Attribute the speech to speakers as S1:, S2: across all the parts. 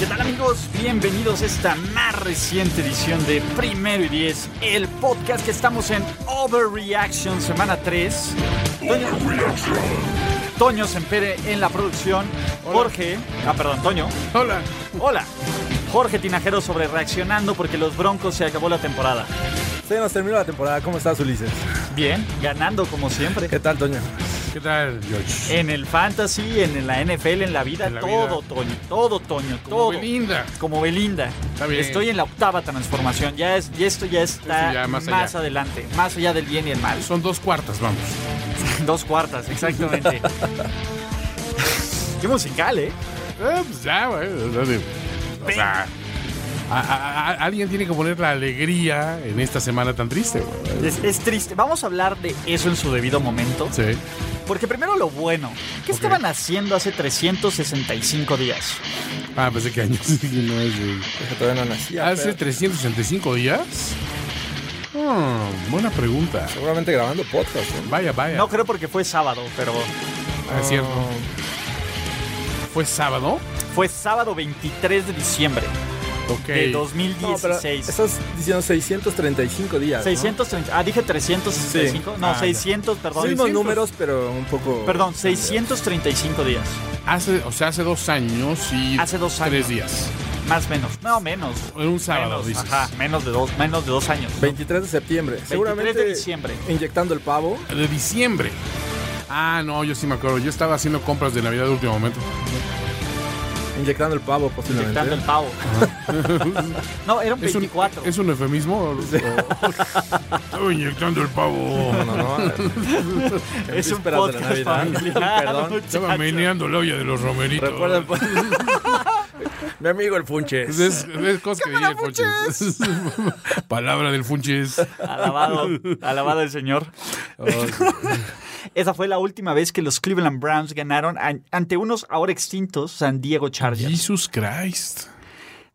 S1: ¿Qué tal amigos? Bienvenidos a esta más reciente edición de Primero y Diez, el podcast que estamos en Overreaction, semana 3. Toño, Toño Sempere en la producción, Jorge, ah perdón, Toño,
S2: Hola.
S1: hola, Jorge Tinajero sobre reaccionando porque los Broncos se acabó la temporada.
S3: Se nos terminó la temporada. ¿Cómo estás, Ulises?
S1: Bien, ganando como siempre.
S3: ¿Qué tal, Toño?
S2: ¿Qué tal, George?
S1: En el fantasy, en la NFL, en la vida,
S2: En la
S1: todo,
S2: vida.
S1: Toño, todo, Toño, todo.
S2: Como linda.
S1: como Belinda.
S2: Está bien.
S1: Estoy en la octava transformación. Ya es, y esto ya está
S2: Esto ya más
S1: más,
S2: allá.
S1: adelante, más allá del bien y el mal.
S2: Son dos cuartas, vamos.
S1: Dos cuartas, exactamente. Qué musical, ¿eh?
S2: Eh, pues ya, güey. o sea, O sea, a- a- a- alguien tiene que poner la alegría en esta semana tan triste, güey.
S1: Es, es triste. Vamos a hablar de eso en su debido momento.
S2: Sí.
S1: Porque primero lo bueno. ¿Qué
S2: Ok.
S1: estaban haciendo hace 365 días?
S2: Ah, pensé que años. Sí, no es, güey.
S3: Que todavía no nacía.
S2: ¿Hace
S3: pero
S2: 365 días? Hmm, buena pregunta.
S3: Seguramente grabando podcast, ¿no?
S2: Vaya, vaya.
S1: No creo porque fue sábado, pero
S2: Ah, es cierto. ¿Fue sábado?
S1: fue sábado 23 de diciembre
S2: Ok.
S1: de
S3: No, pero
S1: 2016.
S3: estás diciendo 635 días. ¿no?
S1: 630. Ah, dije 365. No,
S2: Ah, ya.
S1: 600, perdón.
S3: Mismos
S2: 600.
S3: números, pero un poco.
S1: Perdón, 635 días.
S2: Hace, o sea, hace dos años y
S1: Hace dos
S2: tres
S1: años.
S2: días.
S1: Más menos. No, menos.
S2: En un sábado,
S1: menos,
S2: dices.
S1: Ajá, menos de dos, menos de dos años.
S3: 23 de septiembre. 23 Seguramente.
S1: de diciembre.
S3: Inyectando el pavo.
S2: De diciembre. Ah, no, yo sí me acuerdo. Yo estaba haciendo compras de Navidad de último momento.
S3: Inyectando el pavo, posiblemente.
S1: Inyectando el pavo. no, era un 24.
S2: ¿Es un eufemismo? o- o- Estaba inyectando el pavo.
S3: No, no, eh, no. En
S1: Es un
S3: vísperas de la
S1: podcast
S3: Navidad.
S1: familiar,
S3: Perdón.
S2: Estaba meneando la olla de los romeritos.
S3: Recuerda pues. el po- Mi amigo el Funches.
S2: Es, es- es cosa que diría el Funches. Palabra del Funches.
S1: Alabado, alabado el Señor. Esa fue la última vez que los Cleveland Browns ganaron an- ante unos ahora extintos San Diego Chargers.
S2: Jesus Christ.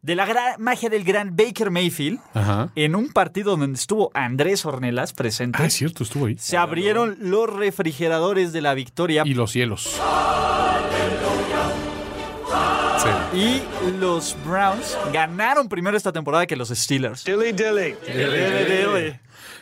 S1: De la gran magia del gran Baker Mayfield,
S2: Ajá.
S1: en un partido donde estuvo Andrés Ornelas presente.
S2: Ah, es cierto, estuvo ahí.
S1: Se abrieron los refrigeradores de la victoria
S2: Y los cielos. Sí.
S1: y los Browns ganaron primero esta temporada que los Steelers. Dilly dilly.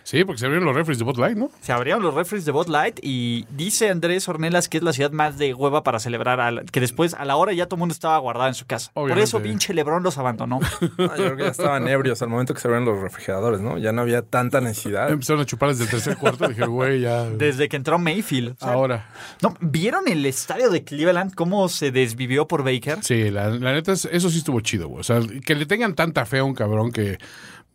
S2: Sí, porque se abrieron los refres de Bot Light, ¿no?
S1: Se abrieron los refres de Bud Light y dice Andrés Ornelas que es la ciudad más de hueva para celebrar, a la- que después a la hora ya todo el mundo estaba guardado en su casa. Por
S2: Obviamente.
S1: eso pinche Lebrón los abandonó.
S3: No, Ah, yo creo que ya estaban ebrios al momento que se abrieron los refrigeradores, ¿no? Ya no había tanta necesidad.
S2: Em, Empezaron a chupar desde el tercer cuarto. Dije, güey, ya.
S1: Desde que entró Mayfield. O sea,
S2: Ahora.
S1: ¿no? ¿Vieron el estadio de Cleveland cómo se desvivió por Baker?
S2: Sí, la, la neta, es- eso sí estuvo chido, güey. O sea, que le tengan tanta fe a un cabrón que.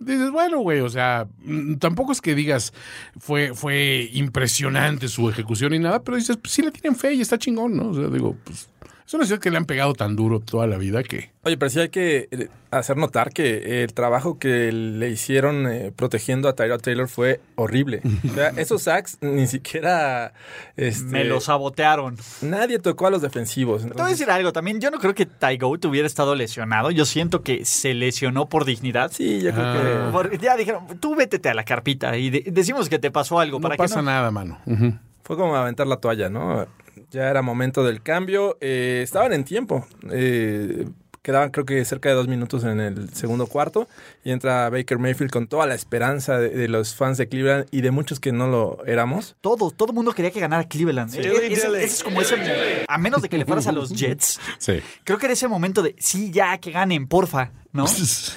S2: Dices, bueno, güey, o sea, mm, tampoco es que digas fue, fue impresionante su ejecución y nada, pero dices, pues sí le tienen fe y está chingón, ¿no? O sea, digo, pues. Es una ciudad que le han pegado tan duro toda la vida que.
S3: Oye, pero sí hay que eh, hacer notar que el trabajo que le hicieron eh, protegiendo a Tyrod Taylor fue horrible. O sea, esos sacks ni siquiera este,
S1: Me lo sabotearon.
S3: nadie tocó a los defensivos.
S1: Te voy a
S3: Entonces,
S1: decir algo también. Yo no creo que Ty Goat hubiera estado lesionado. Yo siento que se lesionó por dignidad.
S3: sí, yo creo
S2: Ah.
S3: que
S1: Porque ya dijeron, tú vétete a la carpita y de- decimos que te pasó algo.
S2: No
S1: ¿Para
S2: pasa
S1: que no?
S2: nada, mano. Ujú.
S3: fue como aventar la toalla, ¿no? Ya era momento del cambio. Eh, estaban en tiempo. Eh, quedaban creo que cerca de dos minutos en el segundo cuarto y entra Baker Mayfield con toda la esperanza de, de los fans de Cleveland y de muchos que no lo éramos.
S1: Todo, todo el mundo quería que ganara Cleveland. E- ese- ese es como ese mo- a menos de que le fueras a los Jets,
S2: Sí.
S1: creo que era ese momento de, sí, ya, que ganen, porfa, ¿no?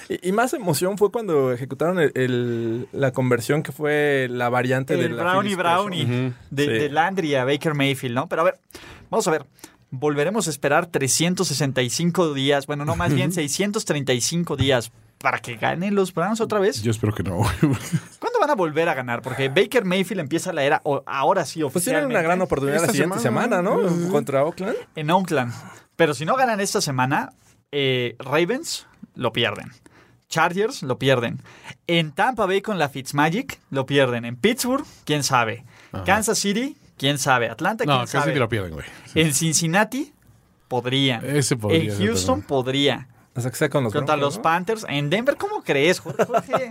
S3: Y, y más emoción fue cuando ejecutaron el- el- la conversión que fue la variante de
S1: El
S3: la
S1: Brownie
S3: Phillips
S1: Brownie
S3: Special.
S1: de,
S3: Sí.
S1: de Landry a Baker Mayfield, ¿no? Pero a ver, vamos a ver. Volveremos a esperar 365 días, bueno, no, más bien 635 días para que ganen los Browns otra vez.
S2: Yo espero que no, güey.
S1: ¿Cuándo van a volver a ganar? Porque Baker Mayfield empieza la era o- ahora sí
S3: Pues tienen
S1: oficialmente
S3: una gran oportunidad la
S2: Esta
S3: siguiente
S2: semana,
S3: semana,
S2: ¿no?
S3: ¿no? Contra Oakland.
S1: en Oakland. Pero si no ganan esta semana, eh, Ravens lo pierden. Chargers lo pierden. En Tampa Bay con la Fitzmagic lo pierden. En Pittsburgh, quién sabe. Kansas City, quién sabe. Atlanta, quién
S2: No, casi
S1: sabe.
S2: te lo pierden, güey. Sí.
S1: En Cincinnati, podrían.
S2: Ese podría
S1: en
S2: ser
S1: Houston, podría.
S3: O sea, que sea con los
S1: Contra
S3: Broncos,
S1: los
S3: ¿no?
S1: Panthers. En Denver, ¿cómo crees, Jorge? Jorge?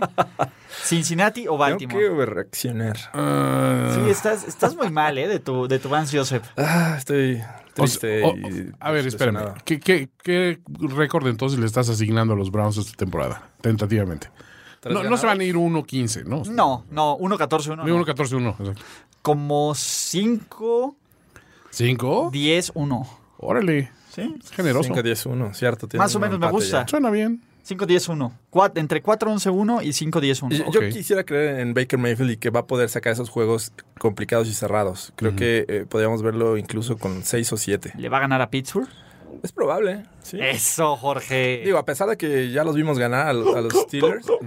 S1: Cincinnati o
S3: Tengo que
S1: Baltimore.
S3: overreaccionar.
S2: Ah,
S1: Sí, estás, estás muy mal, ¿eh? De tu, de tu Vance Joseph.
S3: Ah, estoy
S2: o sea,
S3: triste.
S2: o- o-
S3: y
S2: a ver, espérame.
S3: decepcionado.
S2: ¿Qué, qué, qué récord entonces le estás asignando a los Browns esta temporada? Tentativamente.
S3: Tres
S2: No, no
S3: ganados.
S2: se van a ir 1-15, ¿no?
S1: No, no, 1-14-1. no.
S2: 1-14-1. exacto.
S1: Como 5,
S2: ¿Cinco?
S1: 10, 1.
S2: Órale.
S1: ¿Sí?
S2: Es generoso.
S3: 5-10-1, cierto. tiene
S1: Más o
S3: un
S1: menos me
S3: empate
S1: gusta.
S3: ya.
S2: Suena bien.
S1: 5, 10, 1. entre 4, 11, 1 y 5, 10, 1.
S3: Y- Yo,
S2: Ok.
S3: quisiera creer en Baker Mayfield y que va a poder sacar esos juegos complicados y cerrados. Creo que eh, podríamos verlo incluso con 6 o 7.
S1: ¿Le va a ganar a Pittsburgh?
S3: Es probable, sí.
S1: Eso, Jorge.
S3: Digo, a pesar de que ya los vimos ganar a, lo- a los Steelers,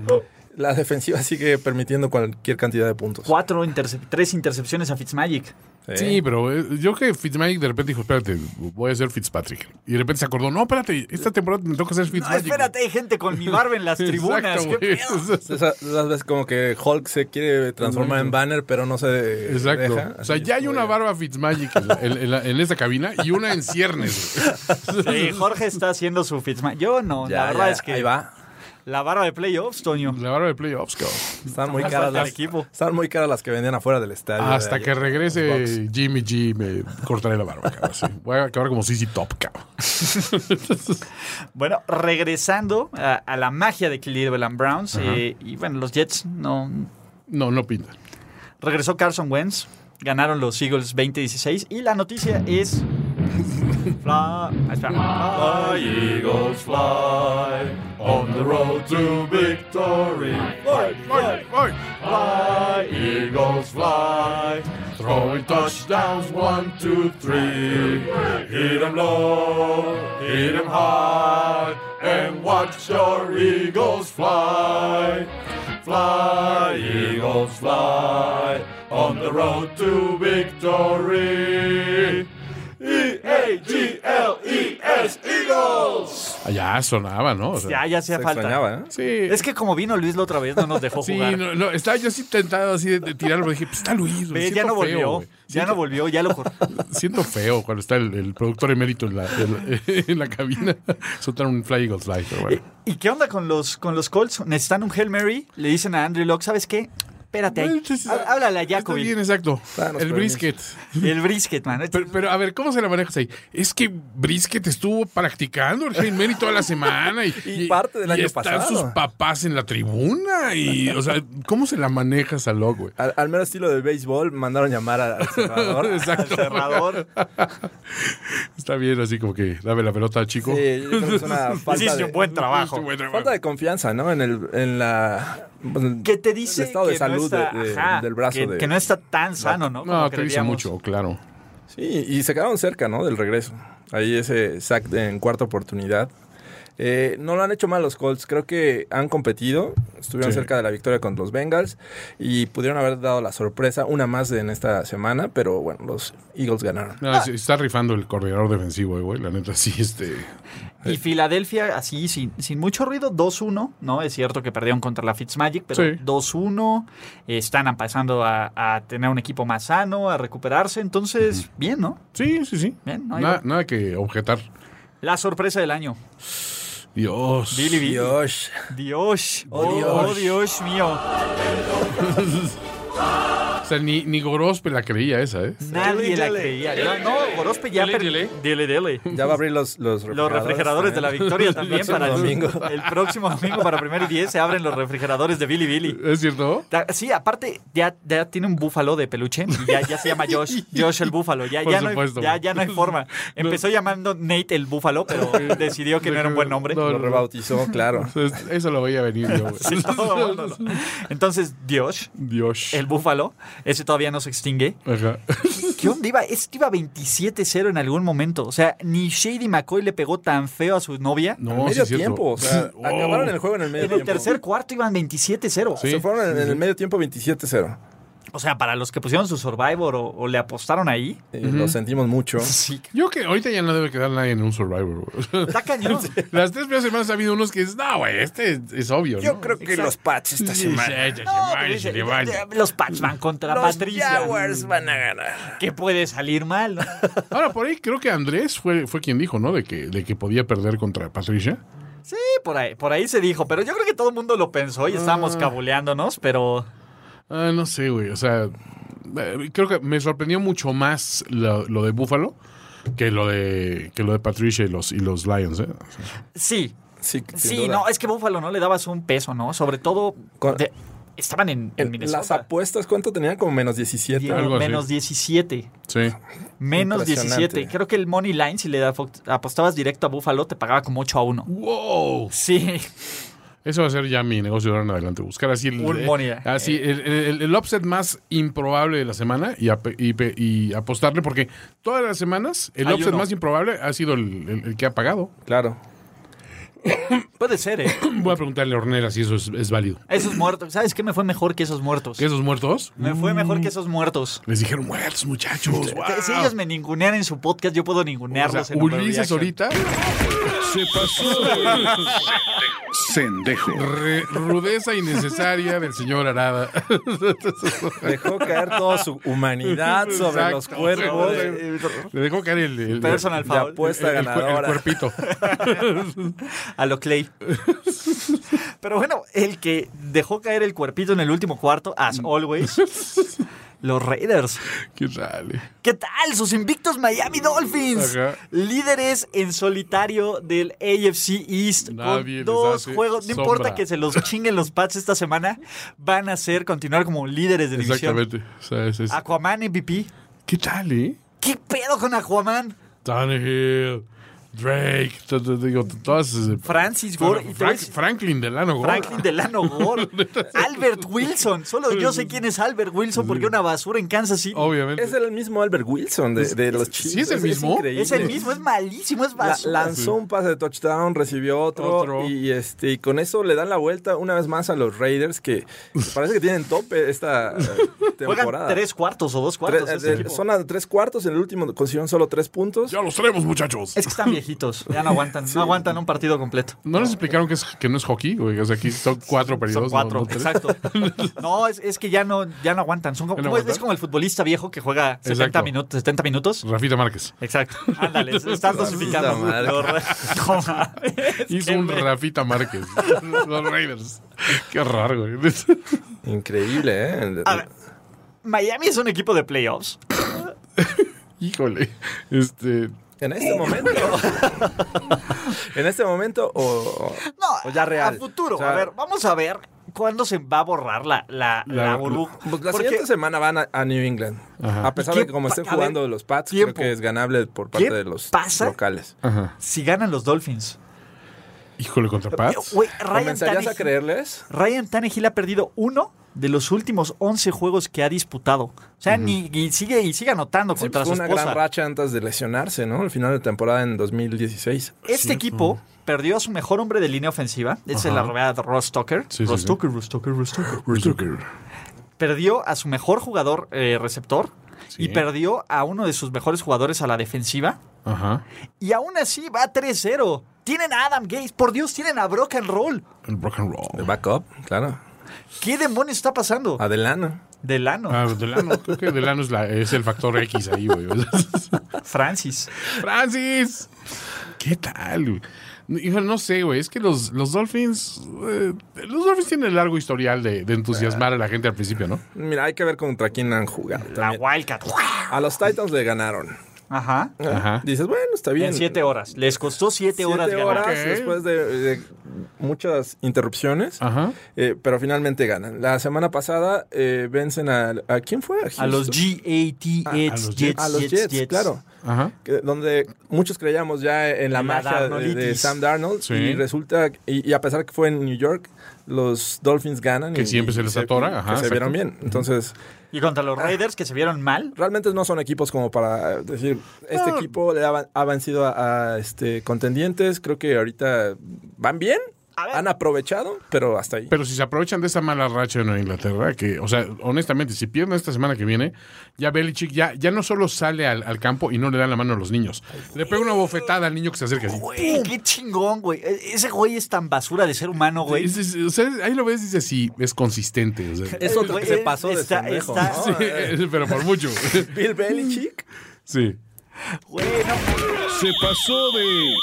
S3: la defensiva sigue permitiendo cualquier cantidad de puntos.
S1: cuatro intercep- tres intercepciones a Fitzmagic.
S3: Sí.
S2: Sí, pero eh, yo creo que Fitzmagic de repente dijo, espérate, voy a ser Fitzpatrick. Y de repente se acordó, no, espérate, esta temporada me toca ser
S1: No,
S2: Fitzmagic.
S1: espérate, hay gente con mi barba en las tribunas.
S2: Exacto,
S1: ¿Qué
S2: güey.
S1: pedo?
S3: Esa- Esas veces como que Hulk se quiere transformar en banner, pero no se
S2: Exacto.
S3: deja.
S2: O sea,
S3: Así
S2: ya hay
S3: estoy
S2: una
S3: yo.
S2: barba Fitzmagic en, la- en- en la- en esta cabina y una en ciernes. güey.
S1: Sí, Jorge está haciendo su Fitzmagic. Yo no,
S3: Ya,
S1: la verdad
S3: ya,
S1: es que
S3: Ahí va.
S1: la barba de playoffs, Toño.
S2: La barba de playoffs, cabrón.
S3: Están muy
S1: Hasta
S3: caras
S1: el
S3: las,
S1: equipo.
S3: están muy caras las que vendían afuera del estadio.
S2: Ah,
S3: eh,
S2: Hasta
S3: de-
S2: que
S3: los Bucks.
S2: regrese Jimmy G me cortaré la barba, cabrón. sí. Voy a acabar como CC Top, cabrón.
S1: Bueno, regresando a, a la magia de Cleveland Browns eh, y bueno, los Jets no
S2: No, no pinta.
S1: regresó Carson Wentz, ganaron los Eagles 20-16 y la noticia es Fly- ah, espera.
S2: Throwing touchdowns, one, two, three. Hit them low, hit them high, and watch your eagles fly. Fly, eagles fly, on the road to victory. E-A-G-L-E-S, eagles. Allá sonaba, ¿no? O sea,
S1: Ya, ya hacía
S3: Se
S1: falta.
S3: extrañaba, ¿eh?
S2: sí.
S1: Es que como vino Luis la otra vez, no nos dejó
S2: Sí,
S1: jugar.
S2: no, no, estaba yo así tentado así de, de tirarlo, pero dije, pues está Luis,
S1: Ve,
S2: güey, siento
S1: ya no
S2: feo,
S1: volvió,
S2: güey.
S1: ya no volvió, ya lo cortó.
S2: Siento feo cuando está el, el productor emérito en la, en la- en la cabina. Soltar un Fly Eagles Fly, pero bueno.
S1: ¿Y qué onda con los, con los Colts? ¿Necesitan un Hail Mary? Le dicen a Andrew Locke, ¿sabes qué? Espérate, ahí.
S2: Bueno, sí, sí,
S1: Eh, Há- háblale a
S2: Está bien,
S1: Jacoby.
S2: exacto.
S3: Danos
S2: el
S3: permiso.
S2: brisket.
S1: El brisket, man. este
S2: Pero, pero, a ver, ¿cómo se la manejas ahí? Es que Brisket estuvo practicando el Hail Mary toda la semana. Y,
S3: Y parte del
S2: y
S3: año
S2: están
S3: pasado.
S2: sus papás en la tribuna. Y, o sea, ¿cómo se la manejas a Locke, güey?
S3: Al, al mero estilo del béisbol, mandaron llamar al cerrador.
S2: Exacto.
S1: Cerrador.
S2: Está bien, así como que dame la pelota, chico.
S3: Sí, yo creo que es una falta
S1: Hiciste
S3: de,
S1: un buen trabajo.
S2: Este buen trabajo.
S3: falta de confianza, ¿no? En, el, en la...
S1: ¿Qué te dice?
S3: El estado de
S1: que
S3: salud
S1: no está,
S3: de- de-
S1: ajá,
S3: del brazo
S1: Que,
S3: de-
S1: que no está tan sano, ¿no? Como
S2: No, te dice
S1: creíamos.
S2: mucho, claro.
S3: Sí, y se quedaron cerca, ¿no? Del regreso. Ahí ese sack de- en cuarta oportunidad. Eh, no lo han hecho mal los Colts. Creo que han competido. Estuvieron
S2: Sí.
S3: cerca de la victoria contra los Bengals. Y pudieron haber dado la sorpresa, una más en esta semana. Pero bueno, los Eagles ganaron.
S2: No, se- está rifando el coordinador defensivo, eh, güey. La neta, sí, este.
S1: Y Filadelfia, así, sin, sin mucho ruido, 2-1, ¿no? Es cierto que perdieron contra la Fitzmagic, pero
S2: Sí.
S1: 2-1. eh, Están pasando a, a tener un equipo más sano, a recuperarse. Entonces, bien, ¿no?
S2: Sí, sí, sí.
S1: Bien, no hay
S2: nada,
S1: bronca.
S2: nada que objetar.
S1: La sorpresa del año.
S2: Dios.
S1: Billy Billy.
S3: Dios.
S1: Dios.
S3: Oh,
S1: Oh,
S3: Dios.
S1: Dios. mío.
S2: O sea, ni, ni Gorospe la creía esa, ¿eh?
S1: Nadie la creía. Yo- no, Gorospe ya
S2: Dele,
S1: per-
S2: dele.
S1: Dele, dele.
S3: Ya va a abrir los, los
S1: Los refrigeradores de la
S3: también.
S1: victoria también
S3: próximo
S1: para el
S3: domingo.
S1: El próximo domingo para primero y diez se abren los refrigeradores de Billy Billy.
S2: ¿Es cierto?
S1: Ta- Sí, aparte ya, ya tiene un búfalo de peluche y ya, ya se llama Josh. Josh el búfalo. Ya,
S2: Por
S1: ya, no,
S2: supuesto.
S1: hay, ya, ya no hay forma. Empezó llamando Nate el búfalo, pero decidió que no era un buen nombre.
S2: No,
S3: Lo rebautizó, claro.
S2: O sea, Eso lo veía venir yo, güey.
S1: Sí, todo el mundo lo- Entonces, Josh,
S2: Dios.
S3: Eh,
S1: el búfalo, ese todavía no se extingue.
S2: Ajá.
S1: ¿Qué onda? Iba, este iba 27-0 en algún momento. O sea, ni Shady McCoy le pegó tan feo a su novia.
S2: No, sí
S3: medio
S2: es cierto.
S3: tiempo. O sea,
S2: Oh.
S3: acabaron el juego en el medio
S1: En el
S3: tiempo.
S1: tercer cuarto iban 27-0.
S2: Sí.
S3: Se fueron en, en el medio tiempo 27-0.
S1: O sea, para los que pusieron su Survivor o, o le apostaron ahí.
S3: Eh, Lo sentimos mucho.
S1: Sí,
S2: Yo que ahorita ya no debe quedar nadie en un Survivor, güey.
S1: está cañón.
S2: Las tres primeras semanas ha habido unos que es, no, güey, este es, es obvio.
S3: Yo
S2: ¿no?
S3: creo que los Pats esta
S2: Sí,
S3: semana.
S2: sí, sí,
S1: No,
S2: vaya,
S1: pero dice, eh,
S2: le vaya.
S1: los Pats van contra
S3: Los
S1: Patricia.
S3: Jaguars van a ganar.
S1: ¿Qué puede salir mal? no?
S2: Ahora, por ahí creo que Andrés fue, fue quien dijo, ¿no? De que, de que podía perder contra Patricia.
S1: Sí, por ahí, por ahí se dijo, pero yo creo que todo el mundo lo pensó y estábamos cabuleándonos, pero
S2: Ah, no sé, güey. O sea, eh, creo que me sorprendió mucho más lo, lo de Buffalo que lo de que lo de Patricia y los, y los Lions, ¿eh? O sea,
S1: sí.
S3: Sí, sin
S1: Sí,
S3: duda.
S1: no, es que Búfalo no le dabas un peso, ¿no? Sobre todo
S3: Con-
S1: de- estaban en, en
S3: En Las
S1: Minnesota.
S3: apuestas, ¿cuánto tenían? Como menos 17.
S1: Dieron
S2: algo así.
S1: menos 17.
S2: sí.
S1: Menos
S3: Impresionante.
S1: 17. Creo que el Money Line, si le afo- apostabas directo a Buffalo, te pagaba como 8 a 1.
S2: ¡Wow!
S1: Sí.
S2: Eso va a ser ya mi negocio de ahora en adelante. Buscar así el,
S1: Un
S2: eh,
S1: money, eh.
S2: así, el, el- el offset más improbable de la semana y, ape- y pe- y apostarle, porque todas las semanas el
S1: Hay
S2: offset
S1: uno.
S2: más improbable ha sido el, el- el que ha pagado.
S3: Claro.
S1: Puede ser, ¿eh?
S2: Voy a preguntarle a Hornera si eso es, es válido.
S1: Esos muertos. ¿Sabes qué me fue mejor que esos muertos?
S2: ¿Que esos muertos?
S1: Me fue mejor que esos muertos.
S2: Les dijeron muertos, muchachos. ¡Wow!
S1: Si ellos me ningunean en su podcast, yo puedo
S2: O sea,
S1: ningunearlos en
S2: Ulises
S1: overreaction.
S2: ahorita se pasó
S4: Sendejo.
S2: Re- rudeza innecesaria del señor Arada.
S3: Dejó caer toda su humanidad sobre
S2: Exacto.
S3: los cuervos.
S1: Eh,
S2: Le dejó caer el, el-
S1: Personal
S3: La
S1: foul.
S2: el- el-
S3: apuesta
S2: el cu- el
S3: ganadora.
S2: cuerpito.
S1: A lo Clay. Pero bueno, el que dejó caer el cuerpito en el último cuarto,
S2: Mm.
S1: as always, los Raiders.
S2: Qué eh? sale.
S1: ¿Qué tal? Sus invictos Miami Dolphins.
S2: Ajá.
S1: Líderes en solitario del AFC East.
S2: Nadie
S1: con
S2: les
S1: dos
S2: hace
S1: juegos. No
S2: sombra.
S1: importa que se los chinguen los Pats esta semana, van a ser continuar como líderes de división.
S2: Exactamente. O sea, es- es-
S1: Aquaman MVP.
S2: ¿Qué tal, eh?
S1: ¿Qué pedo con Aquaman?
S2: Tannehill, Drake, t- t- digo, t- todas. eh,
S1: Francis Gore y te voy a
S2: Frank-
S1: decir-
S2: Franklin Delano Gore.
S1: Franklin Delano Gore, Albert Wilson. Solo yo sé quién es Albert Wilson porque una basura en Kansas City.
S2: Obviamente.
S3: Es el mismo Albert Wilson de, de los Chiefs.
S2: es el mismo?
S3: increíble.
S1: Es el mismo, es malísimo, es
S3: La-
S1: basura.
S3: lanzó un pase de touchdown, recibió otro,
S2: Otro.
S3: Y, este, y con eso le dan la vuelta una vez más a los Raiders que parece que tienen tope esta eh,
S1: Juegan
S3: temporada.
S1: tres cuartos o dos
S3: Tres-
S1: cuartos. este
S3: eh,
S1: equipo.
S3: son a tres cuartos, en el último consiguieron solo tres puntos.
S2: Ya los tenemos, muchachos.
S1: Es que están viejitos, ya no aguantan, no aguantan un partido completo.
S2: ¿No les explicaron que, es, que no es hockey? güey? O sea, aquí son cuatro periodos.
S1: Son
S2: no-
S1: cuatro,
S2: no tres.
S1: exacto. No, es, es que ya no, ya no aguantan. Son como,
S2: ¿Ya no
S1: como es-
S2: aguantan?
S1: es como el futbolista viejo que juega 70
S2: Exacto.
S1: minutos, 70 minutos.
S2: Rafita Márquez.
S1: Exacto. Ándale, estás dosificando.
S3: Puta madre.
S1: No, no mames,
S2: Hizo
S1: qué
S2: un
S1: me-
S2: Rafita Márquez. Los Raiders. Qué raro, güey.
S3: Increíble, ¿eh?
S1: A ver, Miami es un equipo de playoffs.
S2: Híjole. Este.
S3: En este momento. en este momento o,
S1: No,
S3: o ya real.
S1: a futuro.
S3: O sea,
S1: a ver, vamos a ver cuándo se va a borrar la, la, la,
S2: La-
S1: burbuja.
S3: pues la
S1: Porque
S3: siguiente semana van a, a New England.
S2: Ajá.
S3: A
S1: ¿Y
S3: pesar
S1: qué
S3: de que como estén
S1: pa- a
S3: jugando
S1: ver,
S3: los Pats,
S1: tiempo.
S3: creo que es ganable por parte
S1: ¿Qué
S3: de los
S1: pasa?
S3: locales.
S2: Ajá.
S1: si ganan los Dolphins. eh,
S2: Híjole, contra Pats.
S1: Güey, Ryan,
S3: ¿Comenzarías a
S1: Tannehill-
S3: creerles?
S1: Ryan Tannehill ha perdido uno de los últimos 11 juegos que ha disputado. O sea, ni, y sigue, y sigue anotando
S3: Sí,
S1: contra
S3: pues, fue
S1: su
S3: una
S1: esposa.
S3: gran racha antes de lesionarse, ¿no? Al final de temporada en 2016.
S1: Este equipo perdió a su mejor hombre de línea ofensiva. Es la rodeada de Ross Tucker.
S2: Sí, sí,
S1: Ross
S2: sí.
S1: Tucker, Ross Tucker, Ross Tucker. Perdió a su mejor jugador eh, receptor.
S2: Sí.
S1: Y perdió a uno de sus mejores jugadores a la defensiva.
S2: Ajá.
S1: Y aún así va 3-0. Tienen a Adam Gates. Por Dios, tienen a Brock and Roll.
S2: El rock and roll.
S3: El backup, claro.
S1: ¿Qué demonios está pasando?
S3: Adelano.
S1: Delano.
S2: Ah, Delano, creo que Delano es, la- es el factor X ahí, güey.
S1: Francis.
S2: Francis. ¿Qué tal? güey? No, Hijo, no sé, güey. Es que los, los Dolphins. eh, los Dolphins tienen el largo historial de, de entusiasmar a la gente al principio, ¿no?
S3: Mira, hay que ver contra quién han jugado.
S1: La
S3: también.
S1: Wildcat.
S3: A los Titans le ganaron.
S1: Ajá.
S2: Ajá.
S3: Dices, bueno, está bien.
S1: En siete horas. Les costó siete,
S3: Siete
S1: horas ganar.
S3: horas
S2: Ok.
S3: después de, de muchas interrupciones.
S2: Ajá.
S3: Eh, pero finalmente ganan. La semana pasada eh, vencen a, a quién fue
S1: A los
S3: Houston.
S1: GATs,
S2: Ah, a los
S1: Jets, Jets,
S3: a los Jets, claro.
S2: Ajá.
S3: Que- donde muchos creíamos ya en la
S1: En la
S3: magia de, de
S1: Darnolditis.
S3: Sam Darnold
S2: Sí.
S3: y resulta y, y a pesar que fue en New York los Dolphins ganan
S2: Que
S3: y-
S2: siempre
S3: y
S2: se les atora,
S3: que
S2: ajá,
S3: se
S2: exacto.
S3: vieron bien entonces
S1: Y contra
S3: Ah.
S1: los Raiders que se vieron mal.
S3: realmente no son equipos como para decir este
S2: No.
S3: equipo le ha, ha vencido a, a, este contendientes creo que ahorita van bien
S1: A ver.
S3: Han aprovechado, pero hasta ahí.
S2: Pero si se aprovechan de esa mala racha en Inglaterra, que, o sea, honestamente, si pierden esta semana que viene, ya Belichick ya, ya no solo sale al, al campo y no le dan la mano a los niños. Le pega una bofetada al niño que se acerca así.
S1: Güey, qué chingón, güey. E- Ese güey es tan basura de ser humano, güey.
S2: Es- es- o sea, ahí lo ves y dices, sí, es consistente. o sea.
S3: Es otro
S1: Güey,
S3: que se
S1: él
S3: pasó de
S1: está-
S3: pendejo,
S1: está-
S3: ¿no?
S2: Sí, pero por mucho.
S3: Bill Belichick.
S2: Sí.
S1: Güey, no.
S4: Se pasó de.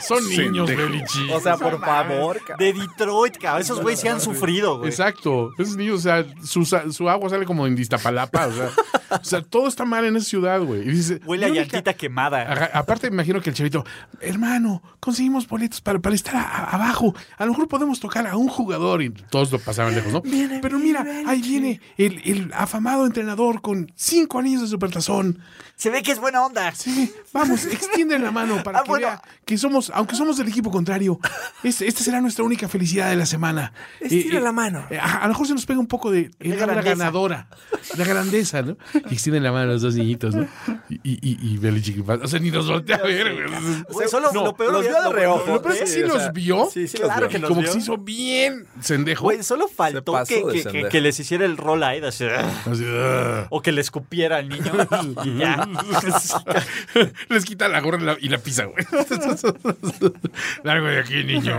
S2: Son niños,
S4: Pendejo.
S2: Belichick.
S3: O sea, por favor, cabrón.
S1: De Detroit, cabrón. Esos güeyes se han sufrido, güey.
S2: Exacto. Esos niños, o sea, su, sa- su agua sale como en Iztapalapa. O sea, o sea, todo está mal en esa ciudad, güey. Y dices,
S1: Huele a
S2: la única- Ah.
S1: llantita quemada.
S2: Ajá, Aparte, me imagino que el chavito, hermano, conseguimos boletos para, para estar a- a- abajo. A lo mejor podemos tocar a un jugador y todos lo pasaban lejos, ¿no? Pero mira, ahí viene el, el afamado entrenador con cinco anillos de supertazón.
S1: Se ve que es buena onda.
S2: Sí, vamos, extienden la mano para
S1: Ah,
S2: que
S1: bueno.
S2: vea que somos, aunque somos del equipo contrario, es- esta será nuestra única felicidad de la semana.
S3: Estira la mano.
S2: eh, a, a lo mejor se nos pega un poco de
S1: La
S2: eh, la,
S1: grandeza.
S2: ganadora, la grandeza, ¿no? Y extienden la mano los dos niñitos, ¿no? Y, y, y, y Belichick, o sea, ni nos voltea a ver, güey.
S1: Güey, solo
S2: No,
S1: lo peor
S3: los
S1: hubiera-
S3: vio de reojo.
S1: lo-
S2: Lo peor es que sí
S3: Sí, o
S2: los
S3: sea,
S2: vio.
S3: sí, sí los
S2: claro
S3: vio.
S2: que
S1: los
S2: como
S1: vio.
S2: que se hizo bien sendejo.
S1: Güey, solo faltó
S3: pasó
S1: que,
S3: de
S1: que- que-
S3: sendejo.
S1: que les hiciera el roll ahí, así, "Ugh",
S2: Así, "Ah".
S1: o que le escupiera al niño. y ya.
S2: Les quita la gorra y la, y la pisa, güey. Largo de aquí, niño.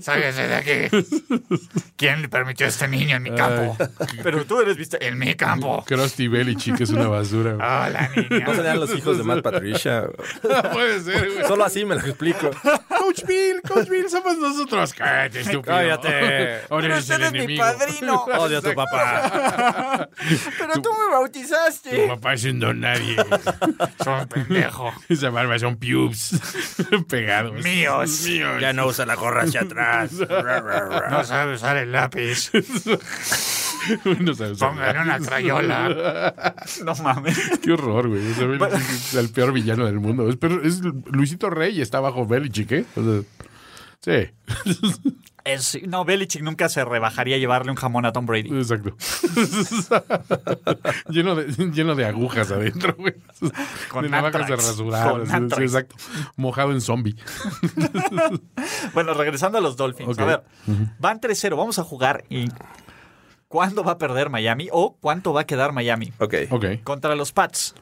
S5: Sáquese de aquí. ¿Quién le permitió a este niño en mi campo?
S1: Pero tú eres vista. eh,
S5: En mi campo.
S2: Krusty Belichick es una basura, güey.
S5: Hola, niño.
S3: No serían los hijos de Matt Patricia.
S2: Ah, Puede ser, güey.
S3: Solo así me lo explico.
S2: Coach Bill, Coach Bill, somos nosotros. Cállate, estúpido.
S3: Cállate.
S2: Ahora
S1: Pero
S2: eres
S1: usted
S2: el
S1: es mi
S2: enemigo.
S1: padrino.
S3: Odio a tu papá.
S1: Pero tú me
S2: Tu
S1: bautizaste.
S2: papá es un don nadie.
S5: Son pendejo.
S2: Esa barba son pubes. Pegados.
S5: Míos.
S2: Míos.
S3: no usa la gorra hacia atrás.
S5: No sabe usar el lápiz.
S2: No sabes.
S5: Póngale una crayola.
S1: No mames.
S2: Qué horror, güey. O sea, Belichick es el peor villano del mundo. Es- Pero es Luisito Rey y está bajo Belichick, ¿eh? O sea, sí,
S1: Es- no, Belichick nunca se rebajaría a llevarle un jamón a Tom Brady.
S2: exacto. lleno, de, lleno de agujas adentro, güey.
S1: Con
S2: de navajas de
S1: antrax.
S2: rasurar.
S1: Con
S2: así,
S1: antrax.
S2: sí, exacto. Mojado en zombie.
S1: Bueno, regresando a los Dolphins.
S2: Ok.
S1: A ver, van 3-0. Vamos a jugar y. ¿Cuándo va a perder Miami o cuánto va a quedar Miami?
S3: Ok,
S2: Ok.
S1: Contra los Pats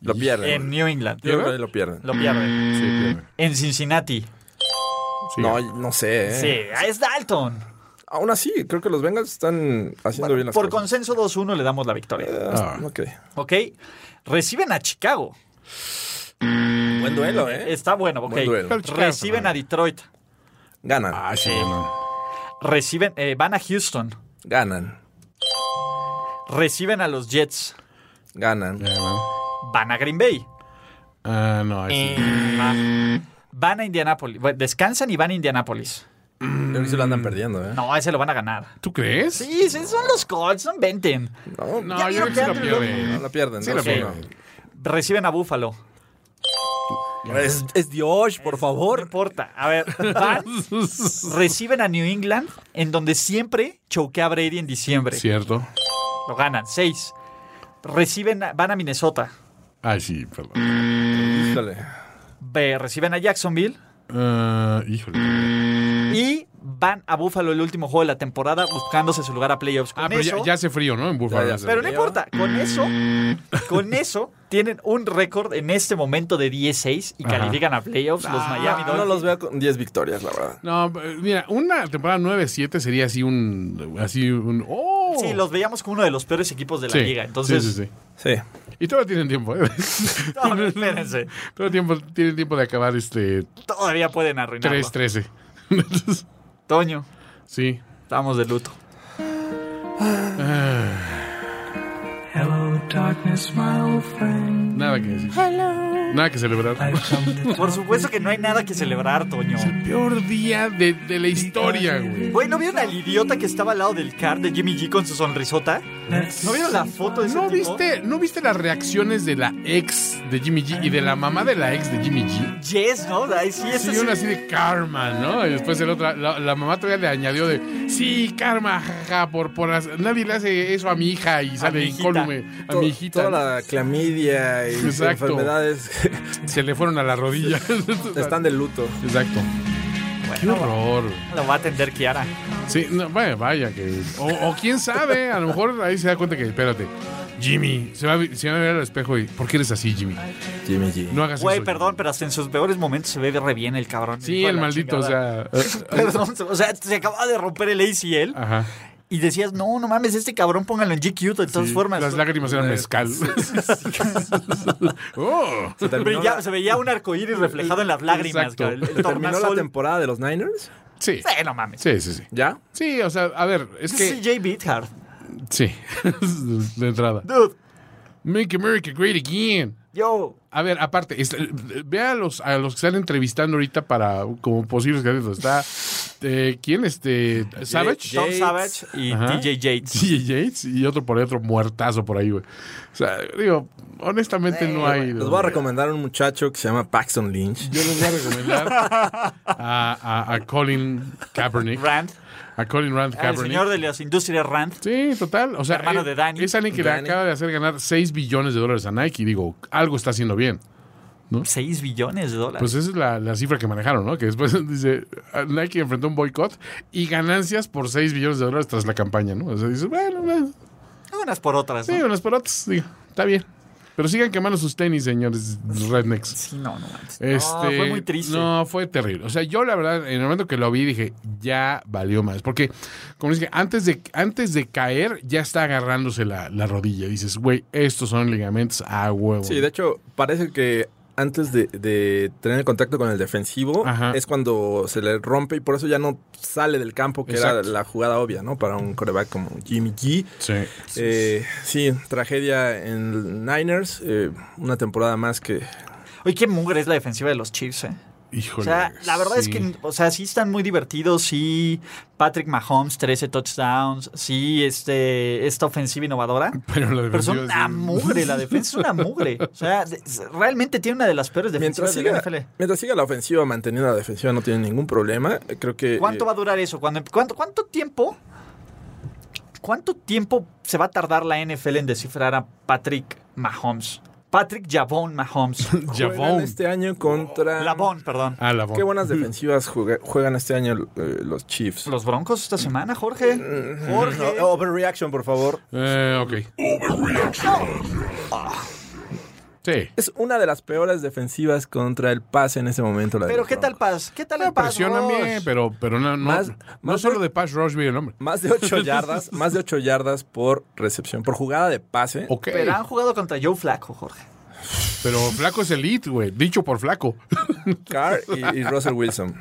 S3: lo pierden.
S1: en New England.
S3: Yo creo que lo pierden.
S1: Lo pierden.
S2: Sí, claro.
S1: En Cincinnati.
S2: Sí.
S3: No, no sé. ¿eh?
S1: Sí, es Dalton.
S3: Aún así, creo que los Bengals están haciendo bien las
S1: Por
S3: cosas.
S1: consenso 2-1 le damos la victoria.
S3: Ah, ok.
S1: ¿Ok? Reciben a Chicago.
S3: Buen duelo, ¿eh?
S1: Está bueno, ok.
S3: Buen duelo.
S2: Pero Chicago
S1: Reciben a Detroit.
S3: Ganan.
S2: Ah, sí, no.
S1: Reciben, eh, van a Houston.
S3: Ganan.
S1: Reciben a los Jets.
S3: Ganan.
S2: Ya, no.
S1: Van a Green Bay.
S2: Ah, no, ahí sí.
S1: Van a Indianapolis. Bueno, Descansan y van a Indianapolis.
S3: Yo creo que se lo andan perdiendo, ¿eh?
S1: No, ese lo van a ganar.
S2: ¿Tú crees?
S1: Sí, sí, son los Colts, no inventen.
S3: No,
S2: No,
S3: no,
S1: Ya
S2: yo
S1: vieron
S2: creo que sí
S1: que
S2: lo
S1: Andrew
S2: pierde.
S3: la pierden.
S2: Sí,
S3: ¿no?
S2: la
S3: Sí,
S2: pierden.
S1: Reciben a Buffalo.
S3: no. Es, es Dios, por
S1: No
S3: favor.
S1: importa. A ver, van, reciben a New England, en donde siempre choquea a Brady en diciembre.
S2: Cierto.
S1: Lo ganan, seis. Reciben, a- van a Minnesota.
S2: Ah, sí, perdón.
S3: Híjole.
S1: Ve- reciben a Jacksonville.
S2: Ah, híjole. Mm.
S1: Y van a Buffalo el último juego de la temporada buscándose su lugar a playoffs. Con
S2: Ah, pero ya,
S1: eso-
S2: ya Mm. hace frío, ¿no? En Buffalo.
S3: Ya, ya.
S1: pero no importa, con eso, con eso tienen un récord en este momento de 16 y
S2: Ajá. Ah,
S1: califican a playoffs los Miami
S3: No,
S1: Dolphins.
S3: no los veo con 10 victorias, la verdad.
S2: No, eh, mira, una temporada 9-7 sería así un. Así un. ¡Oh!
S1: Sí, los veíamos como uno de los peores equipos de la
S2: Sí,
S1: liga. Entonces,
S2: Sí, sí,
S3: Sí.
S2: sí. Y todavía tienen tiempo, ¿eh?
S1: No, no, espérense.
S2: Todavía tiempo, tienen tiempo de acabar este
S1: Todavía pueden arruinarlo.
S2: 3-13.
S1: Toño,
S2: sí.
S1: estamos de luto.
S6: Hello, darkness, my old friend.
S2: Nada que decir. Nada que celebrar.
S6: I've come to
S1: Por supuesto que no hay nada que celebrar, Toño.
S2: Peor día de, de la historia, güey.
S1: Güey, ¿no vieron al idiota que estaba al lado del car de Jimmy G con su sonrisota?
S6: let's
S1: ¿No vieron la foto de ese
S2: ¿No
S1: tipo?
S2: viste, ¿No viste las reacciones de la ex de Jimmy G y de la mamá de la ex de Jimmy G?
S1: Yes, ¿no? Ahí sí, eso
S2: Sí,
S1: sí.
S2: una así de karma, ¿no? Y después el otro, la, la mamá todavía le añadió de, sí, karma, jaja, por, por hacer- nadie le hace eso a mi hija y sale
S1: mi hijita.
S2: incólume a mi hijita.
S3: Toda la clamidia y
S2: Exacto.
S3: enfermedades
S2: Se le fueron a la rodilla.
S3: están de luto.
S2: Exacto.
S1: Bueno,
S2: Qué horror.
S1: Lo va a atender Kiara.
S2: Sí, no, vaya, vaya. Que, o, o quién sabe, a lo mejor ahí se da cuenta que, espérate, Jimmy, se va, a vi- se va a ver al espejo y, ¿por qué eres así, Jimmy?
S3: Jimmy G.
S2: No hagas
S1: Güey,
S2: eso.
S1: perdón, pero hasta en sus peores momentos se ve re bien el cabrón.
S2: Sí,
S1: Hijo de
S2: el
S1: la
S2: maldito, o
S1: chingada.
S2: sea. eh, Ah.
S1: Perdón, o sea, se acaba de romper el ACL
S2: Ajá.
S1: y decías, no, no mames, este cabrón póngalo en GQ de todas formas.
S2: Las lágrimas eran mezcal. oh.
S3: Se terminó
S1: Brillaba-
S3: la-
S1: se veía un arcoíris reflejado en las lágrimas,
S2: Exacto.
S1: cabrón. El
S3: ¿Terminó la
S1: tornasol.
S3: temporada de los Niners?
S2: Sí.
S1: Sí, no mames.
S2: Sí, sí, sí.
S3: ¿Ya?
S2: Sí, o sea, a ver, es
S1: Es
S2: que.
S1: CJ Beathard.
S2: Sí, de entrada.
S1: Dude,
S2: Make America Great Again.
S1: yo.
S2: A ver, aparte, es- ve a los, a los que están entrevistando ahorita para como posibles candidatos. Está, eh, ¿quién? Este, Savage.
S1: Tom
S3: Yates.
S1: Savage y
S2: Ajá.
S1: TJ Yates.
S2: Sí, Yates y otro por ahí, otro muertazo por ahí, güey. O sea, digo, honestamente no hay...
S3: Les voy a recomendar a un muchacho que se llama Paxton Lynch.
S2: Yo les voy a recomendar a, a- a Colin Kaepernick.
S1: Rand, Ah,
S2: A Colin Rand
S1: el
S2: Kaepernick.
S1: señor de las industrias Rand.
S2: Sí, total. O sea,
S1: Hermano de Danny.
S2: Es alguien que
S3: Danny.
S2: le acaba de hacer ganar 6 billones de dólares a Nike. Digo, algo está haciendo bien.
S1: 6 billones de dólares.
S2: Pues esa es la, la cifra que manejaron, ¿no? Que después dice, ah, Nike enfrentó un boicot y ganancias por 6 billones de dólares tras la campaña, ¿no? O sea, dice, bueno, bueno,
S1: Unas por otras.
S2: Pues, sí,
S1: ¿no?
S2: unas pelotas, digo, está bien. Pero sigan quemando sus tenis, señores rednecks.
S1: Sí, no, no manches. No,
S2: Este,
S1: fue muy triste.
S2: No, fue terrible. O sea, yo la verdad, en el momento que lo vi, dije, ya valió más. Porque, como dije, antes de, antes de caer, ya está agarrándose la, la rodilla. Dices, güey, estos son ligamentos a huevo.
S3: Sí, de hecho, parece que antes de, de tener el contacto con el defensivo
S2: Ajá.
S3: es cuando se le rompe y por eso ya no sale del campo, que era
S2: Exacto.
S3: la jugada obvia, ¿no? Para un coreback como Jimmy G.
S2: Sí.
S3: Eh, sí, tragedia en Niners. eh, una temporada más que.
S1: Oye, qué mugre es la defensiva de los Chiefs, ¿eh? O
S2: Híjole.
S1: sea, la verdad es
S2: Pues, sí.
S1: que, o sea, sí están muy divertidos, sí. Patrick Mahomes, 13 touchdowns, sí, este, esta ofensiva innovadora.
S2: Pero la
S1: Pero son
S2: Pues,
S1: una
S2: defensiva sí.
S1: mugre, la defensa es una mugre. O sea, de- realmente tiene una de las peores
S3: Mientras
S1: defensivas de la
S3: siga,
S1: NFL.
S3: mientras siga la ofensiva, manteniendo la defensiva, no tiene ningún problema. Eh, Creo que.
S1: ¿Cuánto
S3: eh,
S1: va a durar eso? ¿Cuándo- ¿Cuánto, cuánto tiempo? ¿Cuánto tiempo se va a tardar la NFL en descifrar a Patrick Mahomes? Patrick Javon Mahomes.
S3: juegan
S2: Javon.
S3: este año contra.
S1: Lavon, perdón.
S2: Ah, Lavón.
S3: Qué buenas defensivas juega- juegan este año eh, los Chiefs.
S1: Los Broncos esta semana, Jorge. Jorge.
S3: Mm, No, overreaction, por favor.
S2: Eh, ok. Sí.
S3: Es una de las peores defensivas contra el pase en ese momento. La de
S1: Pero
S3: los
S1: ¿qué tal
S3: Broncos.
S1: Paz? ¿Qué tal el Paz?
S2: Presionan
S1: Ross?
S2: bien, pero, pero no, no,
S3: Más-
S2: no
S3: más
S2: solo
S3: de-
S2: de Pash Rush vi el nombre.
S3: Más de 8 yardas, más de 8 yardas por recepción, por jugada de pase.
S2: Ok.
S1: Pero han jugado contra Joe Flaco, Jorge.
S2: Pero Flaco es elite, güey. Dicho por Flaco.
S3: Carr y, y Russell Wilson.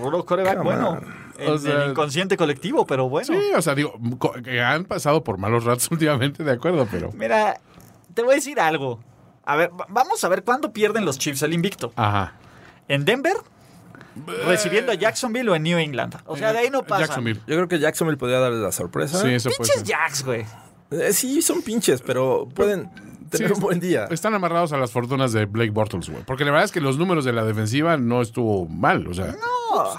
S1: Puro coreback,
S3: Come
S1: bueno.
S3: on.
S1: En
S2: O sea-
S1: el inconsciente colectivo, pero bueno.
S2: Sí, o sea, digo, co- que han pasado por malos ratos últimamente, de acuerdo, pero.
S1: Mira, te voy a decir algo. A ver, va- vamos a ver cuándo pierden los Chiefs el invicto.
S2: Ajá.
S1: ¿En Denver? ¿Recibiendo a Jacksonville o en New England? O sea, de ahí no pasa.
S2: Jacksonville.
S3: Yo creo que Jacksonville podría darles la sorpresa.
S2: Sí, eso puede
S1: Pinches
S2: ser.
S1: Jacks, güey.
S3: Eh, sí, son pinches, pero pueden
S1: Pues,
S3: tener un buen día.
S2: Están amarrados a las fortunas de Blake Bortles, güey. Porque la verdad es que los números de la defensiva no estuvo mal, o sea.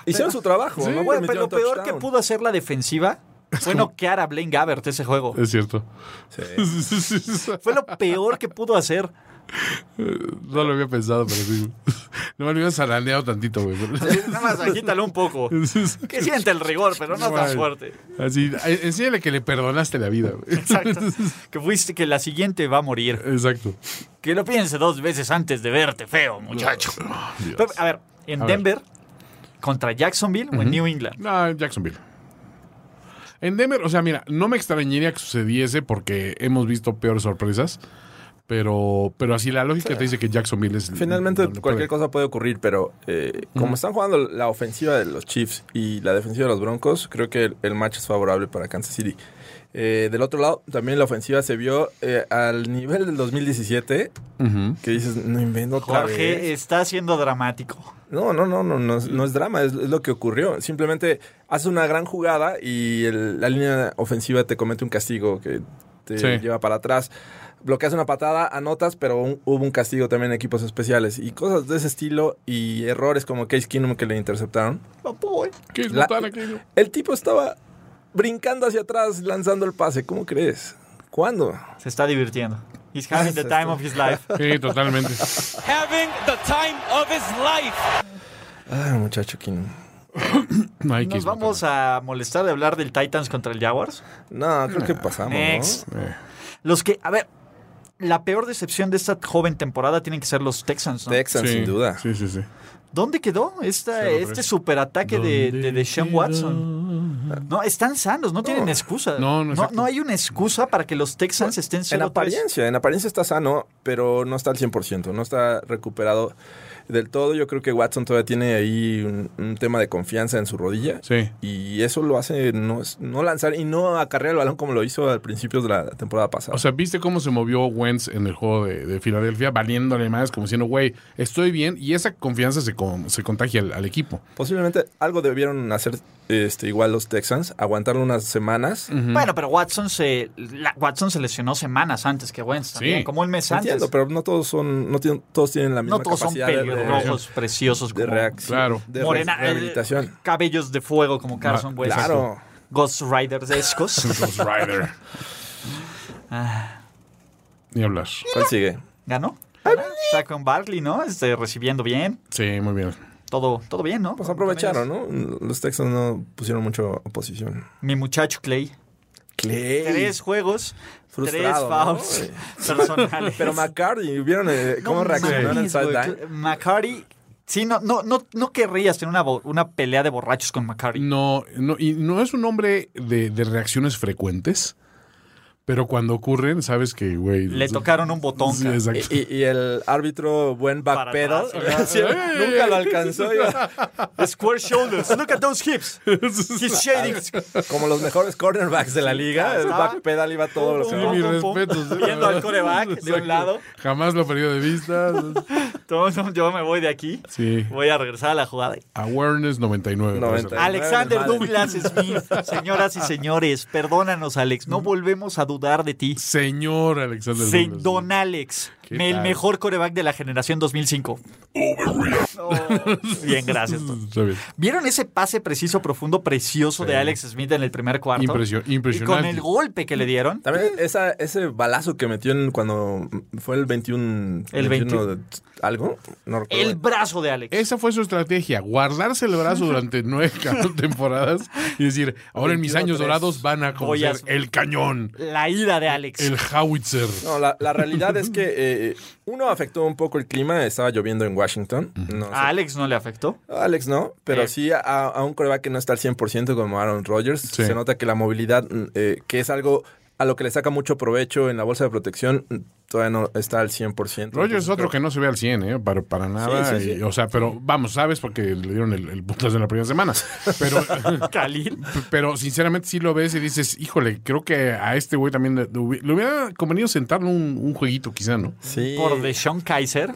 S3: Hicieron su trabajo. no
S1: Güey, pero
S3: permitieron
S1: lo peor que
S3: touchdown.
S1: pudo hacer la defensiva fue noquear a Blaine Gabbert ese juego.
S2: Es cierto.
S3: Sí.
S1: Fue lo peor que pudo hacer.
S2: No lo había pensado, pero sí. güey. No me lo había zarandeado tantito, güey.
S1: Nada más agítalo un poco. Que siente el rigor, pero no tan
S2: Bueno.
S1: fuerte.
S2: Así, enséñale que le perdonaste la vida, güey.
S1: Exacto. Que fuiste, que la siguiente va a morir.
S2: Exacto.
S1: Que lo piense dos veces antes de verte feo, muchacho.
S2: Dios.
S1: Pero, a ver, en
S2: A ver.
S1: Denver, contra Jacksonville o en New England.
S2: No, en Jacksonville. En Denver, o sea, mira, no me extrañaría que sucediese porque hemos visto peores sorpresas. Pero, pero así la lógica te dice que Jacksonville es.
S3: Finalmente,
S2: donde
S3: cualquier
S2: puede.
S3: cosa puede ocurrir, pero eh, como están jugando la ofensiva de los Chiefs y la defensiva de los Broncos, creo que el, el match es favorable para Kansas City. Eh, del otro lado, también la ofensiva se vio eh, al nivel del 2017,
S2: Ujú.
S3: que dices, no invento otra vez".
S1: Jorge está siendo dramático.
S3: No, no, no, no, no, es, no es drama, es, es lo que ocurrió. Simplemente haces una gran jugada y el- la línea ofensiva te comete un castigo que te
S2: Sí.
S3: lleva para atrás. Bloqueas una patada, anotas, pero un- hubo un castigo también en equipos especiales y cosas de ese estilo y errores como Case Keenum que le interceptaron.
S2: ¿Qué es
S3: La-
S2: Montana, qué no?
S3: El tipo estaba brincando hacia atrás lanzando el pase. ¿Cómo crees? ¿Cuándo?
S1: Se está divirtiendo. He's having the time of his life.
S2: Sí, totalmente.
S7: having the time of his life.
S3: Ah, muchacho Keenum.
S2: Hay que
S1: ¿Nos
S2: ir matando.
S1: vamos a molestar de hablar del Titans contra el Jaguars?
S3: No, creo que pasamos. ¿no?
S1: Next.
S3: Eh.
S1: Los que, a ver, la peor decepción de esta joven temporada tienen que ser los Texans. ¿no?
S3: Texans,
S2: Sí,
S3: sin duda.
S2: Sí, sí, sí.
S1: ¿Dónde quedó esta,
S2: Cero,
S1: este
S2: tres.
S1: superataque de, de, de Sean
S2: quedó?
S1: Watson? No, están sanos, no tienen excusa.
S2: No, no,
S1: no,
S2: exacto.
S1: hay una excusa para que los Texans estén
S3: En
S1: 0-3.
S3: apariencia, en apariencia está sano, pero no está al 100%, no está recuperado del todo. Yo creo que Watson todavía tiene ahí un, un tema de confianza en su rodilla.
S2: Sí.
S3: Y eso lo hace no, no lanzar y no acarrear el balón como lo hizo al principio de la temporada pasada.
S2: O sea, ¿viste cómo se movió Wentz en el juego de, de Filadelfia? Valiéndole más, como diciendo, güey, estoy bien. Y esa confianza se, con- se contagia al, al equipo.
S3: Posiblemente algo debieron hacer este, igual los Texans, aguantar unas semanas.
S1: Bueno, pero Watson se, la- Watson se lesionó semanas antes que Wentz también, como un mes antes.
S3: Entiendo, pero no todos son, no tienen, todos tienen la misma
S1: no todos son
S3: capacidad de, de-
S1: pelirrojos preciosos
S3: de
S1: como
S3: reacción,
S2: Claro.
S3: de re-
S1: Morena, eh,
S3: rehabilitación.
S1: cabellos de fuego como Carson Wentz.
S3: Claro.
S1: Ghost Riders escos.
S2: Ghost Rider. Ah. Ni hablar.
S3: ¿Cuál sigue?
S1: Ganó. Está con Barkley, ¿no? Este, recibiendo bien.
S2: Sí, muy bien.
S1: Todo, todo bien, ¿no?
S3: Pues aprovecharon, ¿no? Los Texans no pusieron mucha oposición.
S1: Mi muchacho Clay.
S3: Clay.
S1: Tres juegos,
S3: Frustrado,
S1: tres
S3: ¿no?
S1: fouls personales.
S3: Pero McCarthy, ¿vieron eh,
S1: No
S3: cómo reaccionó en el
S1: mames, güey.
S3: side down?
S1: McCarty, sí, no, no, no, no querrías tener una, bo- una pelea de borrachos con McCarty.
S2: No, no, y no es un hombre de, de reacciones frecuentes, pero cuando ocurren, sabes que, güey.
S1: Le tocaron un botón.
S2: Sí,
S1: cara.
S2: exacto.
S3: Y, y- y el árbitro, buen
S1: Para
S3: backpedal,
S1: atrás,
S3: sí, nunca lo alcanzó. iba
S1: Square shoulders. Look at those hips. He's shading.
S3: como los mejores cornerbacks de la liga, el
S1: Estaba-
S3: backpedal iba todo lo que
S2: Sí,
S1: Pum,
S2: mis
S1: pum, pum.
S2: respetos. eh, la
S1: Viendo al
S2: verdad.
S1: coreback de un
S2: Exacto.
S1: lado.
S2: Jamás lo perdió de vista.
S1: Entonces, yo me voy de aquí.
S2: Sí.
S1: Voy a regresar a la jugada.
S2: Awareness 99. me parece.
S3: 99.
S1: Alexander
S3: Madre.
S1: Douglas Smith, señoras y señores, perdónanos, Alex, no volvemos a dudar de ti.
S2: Señor Alexander.
S1: Se-
S2: Douglas.
S1: Don Alex,
S2: ¿Qué
S1: el
S2: tal?
S1: mejor coreback de la generación 2005. No, bien, gracias.
S2: Está bien.
S1: ¿Vieron ese pase preciso, profundo, precioso de Alex Smith en el primer cuarto?
S2: Impresio- impresionante.
S1: Y con el golpe que le dieron.
S3: También esa, ese balazo que metió en cuando fue el 21,
S1: El
S3: 21 de- algo, no recuerdo.
S1: El brazo de Alex.
S2: Esa fue su estrategia, guardarse el brazo durante nueve ca- temporadas y decir, ahora en mis
S3: 21-3
S2: años dorados van a
S1: voy a-
S2: conocer el cañón,
S1: La ira de Alex.
S2: el howitzer.
S3: No, la, la realidad es que eh, uno afectó un poco el clima, estaba lloviendo en Washington. No sé.
S1: ¿A Alex no le afectó?
S3: Alex no, pero
S1: Eh.
S3: sí a, a un coreback que no está al 100% como Aaron Rodgers.
S2: Sí.
S3: Se nota que la movilidad, mm, eh, que es algo a lo que le saca mucho provecho en la bolsa de protección, mm, todavía no está al 100%.
S2: Rogers es
S3: Entonces,
S2: otro que no se ve al 100, ¿eh? Para, para nada.
S3: sí,
S2: y- o sea, pero vamos, sabes, porque le dieron el, el putazo en la primera semana. Pero,
S1: Khalil.
S2: pero sinceramente sí lo ves y dices, híjole, creo que a este güey también le, le hubi- le hubiera convenido sentarlo un, un jueguito quizá, ¿no?
S3: Sí.
S1: Por Deshaun Kaiser.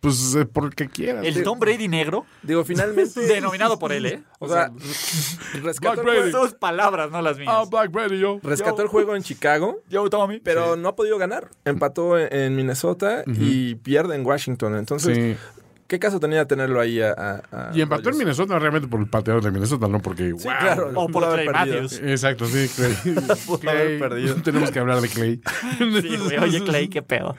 S2: Pues eh, porque quieras.
S1: El Tom Brady negro.
S3: Digo, finalmente.
S1: Denominado por él, ¿eh?
S3: o sea, rescató el,
S2: Black Brady.
S3: juego,
S1: Sus Pues palabras, no las mías.
S2: Ah, Black Brady, yo.
S3: rescató el juego en Chicago.
S1: pues, Yo, Tommy.
S3: Pero no ha podido ganar. Empató en- en Minnesota y pierde en Washington. Entonces,
S2: Sí.
S3: ¿qué caso tenía tenerlo ahí a. a- a
S2: Y empató en
S3: Rodgers?
S2: Minnesota realmente por el pateador de Minnesota, no porque,
S3: Sí,
S2: wow,
S3: claro.
S1: O por
S3: pudo haber
S1: Clay
S3: perdido.
S1: Matthews.
S2: Exacto, sí, Clay.
S3: haber
S2: Clay,
S3: perdido.
S2: Tenemos que hablar de Clay.
S1: Sí, güey, oye, Clay, qué pedo.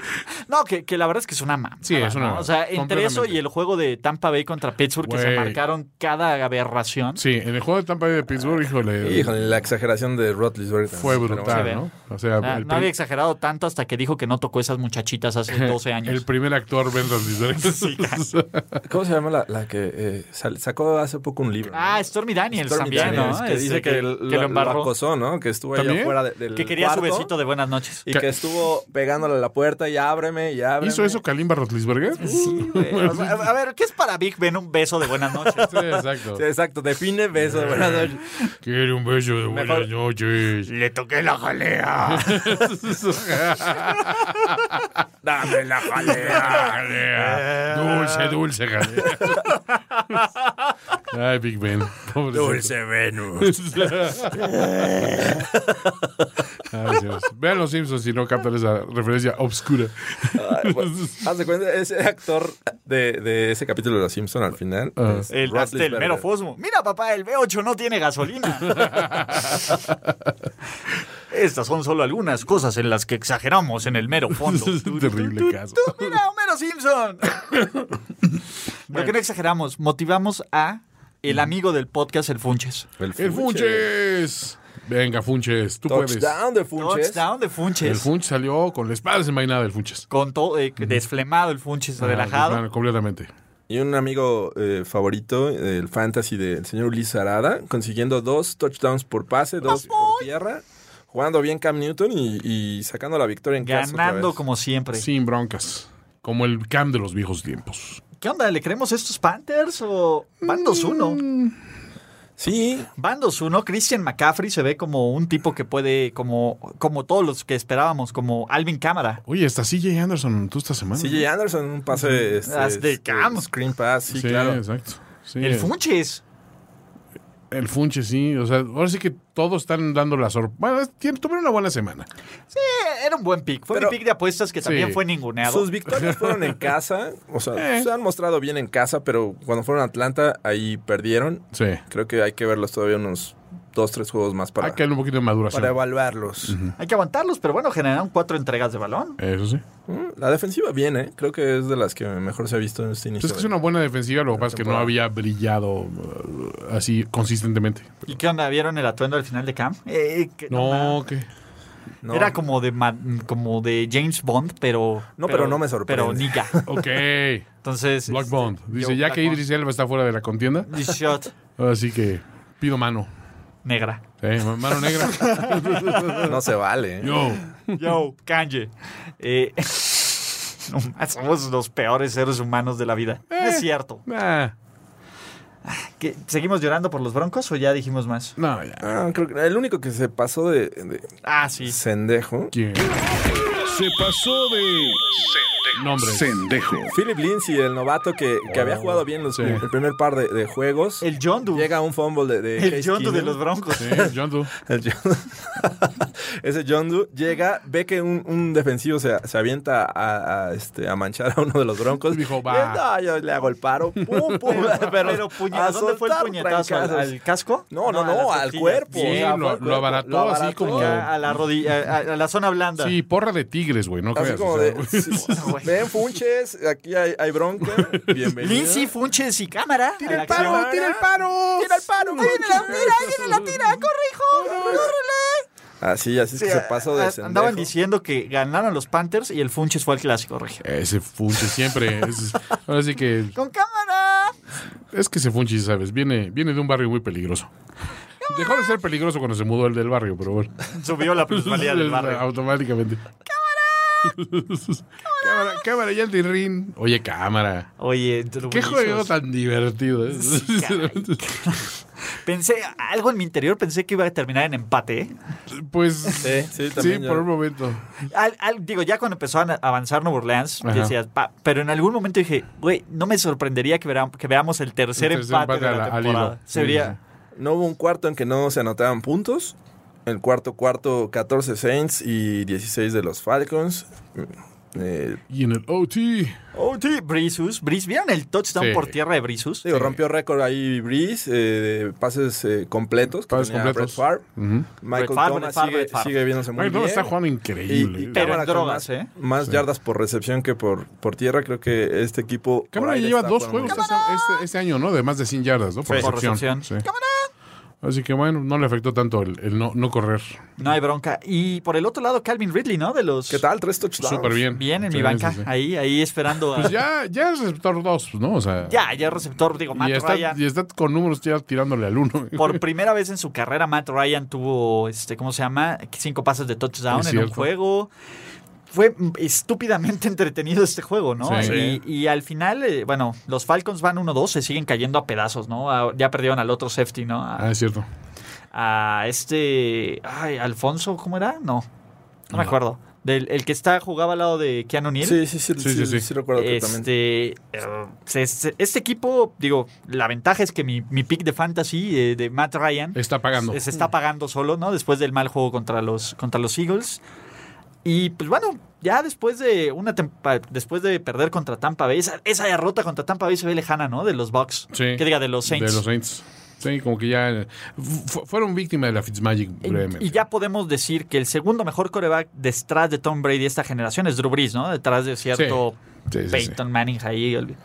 S1: No, que, que la verdad es que es una mamá.
S2: Sí, es una
S1: O sea, entre eso y el juego de Tampa Bay contra Pittsburgh, que se
S2: Güey.
S1: marcaron cada aberración.
S2: Sí, en el juego de Tampa Bay de Pittsburgh, híjole,
S3: Híjole, la exageración de Rutledge
S2: fue brutal,
S1: bueno.
S2: ¿no? O sea,
S1: Ah,
S2: el,
S1: no había
S2: pri-
S1: exagerado tanto hasta que dijo que no tocó esas muchachitas hace 12 años.
S2: el primer actor Ben Roethlisberger.
S3: ¿Cómo se llama la, la que eh, sal- sacó hace poco un libro? ¿no?
S1: Ah, Stormy Daniels
S3: Stormy
S1: también,
S3: Daniels,
S1: ¿no?
S3: Que
S1: Este,
S3: dice que, lo,
S1: lo
S3: lo
S1: embarró.
S3: acosó, ¿no? Que estuvo allá
S2: ¿También?
S3: afuera de- del
S1: que quería su
S3: cuarto
S1: besito de buenas noches.
S3: Y que estuvo pegándole a la puerta y ábreme y ábreme.
S2: ¿Hizo eso Kalimba Roethlisberger?
S1: Sí, güey. O sea, a ver, ¿qué es para Big Ben un beso de buenas noches?
S2: Sí, exacto.
S3: Sí, exacto, define beso
S1: Ah.
S3: de buenas noches.
S2: Quiere un beso de buenas noches.
S5: Le toqué la jalea.
S3: Dame la jalea.
S1: Eh.
S2: Jalea. Dulce, dulce, jalea. Ay, Big Ben. Pobre
S3: Dulce Venus.
S2: Ay, Dios. Vean los Simpsons si no captan esa referencia obscura.
S3: Ay, bueno, Haz de cuenta, ese actor de, de ese capítulo de Los Simpsons al final.
S2: Ah.
S3: es
S1: El, hasta el
S3: Rutledge
S1: mero
S3: Berger.
S1: Fosmo. Mira, papá, el B8 no tiene gasolina. Estas son solo algunas cosas en las que exageramos en el mero fondo.
S2: Es un terrible caso.
S1: ¡Mira, Homero Simpson! Lo que no exageramos, motivamos a el amigo del podcast, el Funches.
S2: ¡El Funches! Venga, Funches, tú puedes.
S3: Touchdown de Funches.
S1: Touchdown de
S2: El
S1: Funches.
S2: Funches salió con la espada desenvainada del Funches.
S1: Con todo, eh, desflemado el Funches,
S2: Ah,
S3: pues,
S1: relajado.
S2: claro, completamente.
S3: Y un amigo eh, favorito del fantasy del señor Ulises Arada, consiguiendo dos touchdowns por pase, dos por tierra, jugando bien Cam Newton y, y sacando la victoria en casa. otra
S1: Ganando
S3: vez.
S1: como siempre.
S2: Sin broncas. Como el Cam de los viejos tiempos.
S1: ¿Qué onda? ¿Le creemos a estos Panthers o van 2-1?
S3: Sí,
S1: Van 2-1. Christian McCaffrey se ve como un tipo que puede, como, como todos los que esperábamos, como Alvin Cámara.
S2: Oye, está CJ Anderson tú esta semana.
S3: CJ Anderson, un pase este,
S1: As de
S3: este,
S1: Cam.
S3: Screen pass, sí,
S2: Sí,
S3: claro.
S2: exacto. Sí,
S1: El Funches.
S2: el Funches, sí. O sea, ahora sí que todos están dando la sorpresa. Bueno, es- tiene- tuvieron una buena semana.
S1: Eh, Era un buen pick. Fue
S3: Pero-
S1: mi pick de apuestas que también
S2: Sí.
S1: fue ninguneado.
S3: Sus victorias fueron en casa, o sea,
S2: Eh.
S3: se han mostrado bien en casa, pero cuando fueron a Atlanta, ahí perdieron.
S2: Sí.
S3: Creo que hay que verlos todavía unos dos, tres juegos más para,
S2: Hay que darle un poquito de maduración.
S3: para evaluarlos.
S1: Hay que aguantarlos, pero bueno, generaron cuatro entregas de balón.
S2: Eso sí.
S3: Mm, La defensiva bien, ¿eh? Creo que es de las que mejor se ha visto en este inicio.
S2: Pues es que es
S3: de-
S2: una buena defensiva, lo que pasa es que no
S3: temporada.
S2: había brillado uh, así consistentemente.
S1: ¿Y qué onda? ¿Vieron el atuendo al final de Cam? Eh, que-
S2: No,
S1: ma-
S2: que.
S3: No,
S1: Era como de, ma- como de James Bond, pero...
S3: No, pero no me sorprende.
S1: Pero niga.
S2: Ok.
S1: Entonces...
S2: Black
S1: este,
S2: Bond. Dice,
S1: yo-
S2: ya
S1: Black
S2: que
S1: Bond.
S2: Idris Elba está fuera de la contienda,
S1: This shot
S2: ahora sí que pido mano.
S1: negra.
S2: Eh, mano negra.
S3: no se vale. ¿eh?
S2: Yo.
S1: Yo, Kanye. Eh, no más, somos los peores seres humanos de la vida. No es cierto.
S2: Ah,
S1: ¿Qué, ¿Seguimos llorando por los broncos o ya dijimos más?
S2: no, ya.
S3: Ah, creo que el único que se pasó de, de
S1: Ah, sí.
S3: sendejo.
S2: ¿Quién?
S4: Se pasó de
S2: Nombre.
S4: sendejo.
S3: Philip Lindsay, el novato que, que había jugado bien los,
S2: Sí.
S3: el primer par de, de juegos.
S1: El John Doe.
S3: Llega un fumble de, de
S1: El
S3: Case
S1: Yondu de
S3: Keenum.
S1: los broncos.
S2: Sí, John Doe.
S3: El John- Ese John Doe llega, ve que un, un defensivo se, se avienta a, a, este, a manchar a uno de los broncos.
S2: Y dijo, va.
S3: Y, "No, yo le hago el paro. Pum, pum,
S1: Pero,
S3: pero
S1: puña-
S3: a
S1: ¿dónde fue el
S3: soltar
S1: puñetazo? ¿Al,
S3: trancazos.
S1: al casco?
S3: No, no, no,
S1: a las
S3: al
S1: costillas.
S3: cuerpo.
S2: Sí,
S3: o sea, fue
S2: lo-
S3: al
S2: lo
S3: cuerpo,
S2: abarató así como-
S1: Ya, A la rodilla, a, a la zona blanda.
S2: Sí, porra de tigres, güey, no
S3: Así
S2: creas.
S3: como
S2: o sea,
S3: de. sí, Ven, Funches, aquí hay, hay bronca. Bienvenido.
S1: Lindsay, Funches y cámara. a la
S3: el paro,
S1: acción.
S3: tira el paro.
S1: Tira el paro. Ahí viene la tira, ahí viene la tira. Corre, hijo. Córrele.
S3: Así, así es que se pasó de
S1: Ah,
S3: sendejo.
S1: Andaban diciendo que ganaron los Panthers y el Funches fue el clásico, Regio.
S2: Ese funche siempre. es- ahora sí que.
S1: ¡Con cámara!
S2: Es que ese funche, ¿sabes? Viene, viene de un barrio muy peligroso. Dejó de ser peligroso cuando se mudó el del barrio, pero bueno.
S1: Subió la plusvalía del barrio.
S2: Automáticamente. ¡Cámara! cámara, cámara, ya el tirrín. Oye, cámara.
S1: Oye, te lo
S2: Qué
S1: buenizos.
S2: juego tan divertido. ¿eh?
S1: Pensé, algo en mi interior pensé que iba a terminar en empate. ¿eh?
S2: pues
S3: Sí, sí,
S2: sí,
S3: también. yo-
S2: por un momento.
S1: Al- al- digo, ya cuando empezó a na- avanzar Nuevo Orleans,
S2: Ajá.
S1: decías, pa, pero en algún momento dije, güey, no me sorprendería que, vera- que veamos el tercer,
S2: El tercer
S1: empate,
S2: empate
S1: de
S2: a
S1: la,
S2: la- al
S1: temporada.
S2: hilo. Sí,
S1: Sería,
S3: No hubo un cuarto en que no se anotaban puntos. El cuarto cuarto, 14 Saints y 16 de los Falcons. Mm, Eh,
S2: Y en el OT.
S1: oh, sí, Brisus. Bris, ¿vieron el touchdown
S2: Sí.
S1: por tierra de Brisus?
S3: digo, rompió récord ahí Breeze eh, de pases eh, completos. que
S2: Pases
S3: tenía
S2: completos.
S3: Brett Favre.
S2: Ujú.
S3: Michael
S1: Favre,
S3: Thomas
S1: Brett Favre,
S3: sigue,
S1: Brett Favre.
S3: sigue viéndose muy
S2: Ay, no,
S3: bien.
S2: está jugando increíble.
S3: Y, y
S1: Pero
S3: Cámara
S1: en
S3: con
S1: drogas,
S3: más,
S1: ¿eh?
S3: más yardas por recepción que por, por tierra. Creo que este equipo.
S2: Cámara
S3: por
S2: ya
S3: aire
S2: lleva
S3: está
S2: dos
S3: jugando
S2: juegos
S3: muy bien.
S2: este, este- este año, ¿no? De más de 100 yardas, ¿no? Por
S1: Sí. Por
S2: recepción.
S1: recepción.
S2: Sí. Así que bueno, no le afectó tanto el, el no, no correr.
S1: No hay bronca. Y por el otro lado, Calvin Ridley, ¿no? De los...
S3: ¿Qué tal? Tres touchdowns.
S2: Súper bien.
S1: Bien en mi
S2: Sí,
S1: banca,
S2: sí, sí.
S1: ahí, ahí esperando. a-
S2: Pues ya, ya es receptor 2, ¿no? O sea,
S1: ya, ya receptor, digo, Matt
S2: y, está,
S1: Ryan.
S2: y está con números ya tirándole al 1.
S1: Por primera vez en su carrera, Matt Ryan tuvo, este, ¿cómo se llama? Cinco pases de touchdown
S2: Es
S1: en un
S2: cierto.
S1: juego. Fue estúpidamente entretenido este juego, ¿no?
S2: Sí.
S1: Y, y al final, eh, bueno, los Falcons van 1-2, se siguen cayendo a pedazos, ¿no? Ah, ya perdieron al otro safety, ¿no?
S2: Ah,
S1: A,
S2: es cierto.
S1: a este. Ay, Alfonso, ¿cómo era? No, no me acuerdo. Del, el que está jugaba al lado de Keanu Neal.
S3: Sí, sí, sí. Sí, sí,
S2: sí, sí.
S3: sí recuerdo perfectamente.
S1: Este, eh, se- se- este equipo, digo, la ventaja es que mi, mi pick de fantasy eh, de Matt Ryan
S2: Está pagando.
S1: se, se está pagando solo, ¿no? Después del mal juego contra los, contra los Eagles. Y pues bueno, ya después de una tempa- después de perder contra Tampa Bay, esa, esa derrota contra Tampa Bay se ve lejana, ¿no? De los Bucks.
S2: Sí.
S1: Que diga, de los Saints.
S2: De los Saints. Sí, como que ya eh, fu- fueron víctimas de la Fitzmagic brevemente.
S1: Y ya podemos decir que el segundo mejor coreback detrás de Tom Brady de esta generación es Drew Brees, ¿no? Detrás de cierto
S2: Sí, sí, sí,
S1: Peyton Manning ahí. el-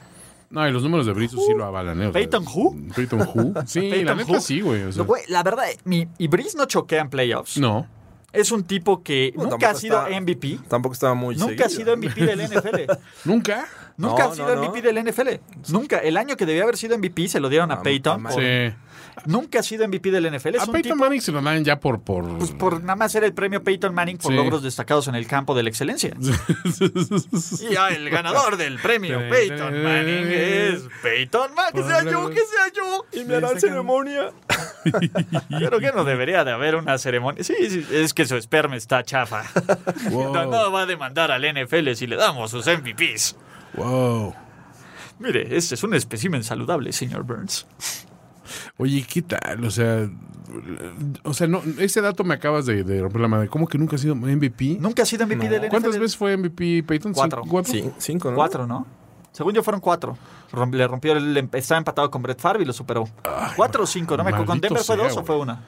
S2: No, y los números de Brizos sí lo avalan, ¿eh? O sea,
S1: ¿Peyton Who?
S2: Peyton Who. Sí, la
S1: Peyton
S2: neta
S1: Hook.
S2: sí, güey. o sea.
S1: No, güey, la verdad, mi, y Breeze no choquea en playoffs.
S2: no.
S1: Es un tipo que
S3: Bueno,
S1: nunca ha
S3: tampoco
S1: sido
S3: está-
S1: MVP.
S3: Tampoco estaba muy
S1: Nunca ha
S3: seguido.
S1: sido MVP del NFL.
S2: ¿Nunca?
S1: Nunca
S3: No,
S1: ha sido
S3: no, no.
S1: MVP del NFL. Nunca. El año que debía haber sido MVP se lo dieron a
S3: Ah,
S1: Peyton.
S3: mamá.
S1: O-
S2: Sí.
S1: Nunca ha sido MVP del NFL. Es
S2: A
S1: un
S2: Peyton
S1: tipo,
S2: Manning se lo dan ya por... por...
S1: pues, por nada más era el premio Peyton Manning por
S2: Sí.
S1: logros destacados en el campo de la excelencia. y ah, el ganador del premio Peyton Manning es Peyton Manning. Que sea yo, que sea yo.
S3: Y me harán ceremonia.
S1: Pero que no debería de haber una ceremonia. Sí, sí, es que su esperma está chafa.
S2: Wow.
S1: No, no va a demandar al NFL si le damos sus MVPs.
S2: Wow.
S1: Mire, este es un espécimen saludable, señor Burns.
S2: Oye, ¿qué tal? O sea... O sea, no, ese dato me acabas de, de romper la madre. ¿Cómo que nunca ha sido MVP?
S1: Nunca ha sido MVP del NFL.
S2: ¿Cuántas veces fue MVP Peyton?
S1: Cuatro.
S2: ¿Cinco- ¿Cuatro?
S3: Sí, cinco, ¿no?
S1: Cuatro, ¿no? Según yo fueron cuatro. Rom- Le rompió el, le- estaba empatado con Brett Favre y lo superó. cuatro o cinco, no me acuerdo. ¿Con
S2: maldito
S1: Denver fue
S2: sea,
S1: dos o
S2: güey.
S1: fue una?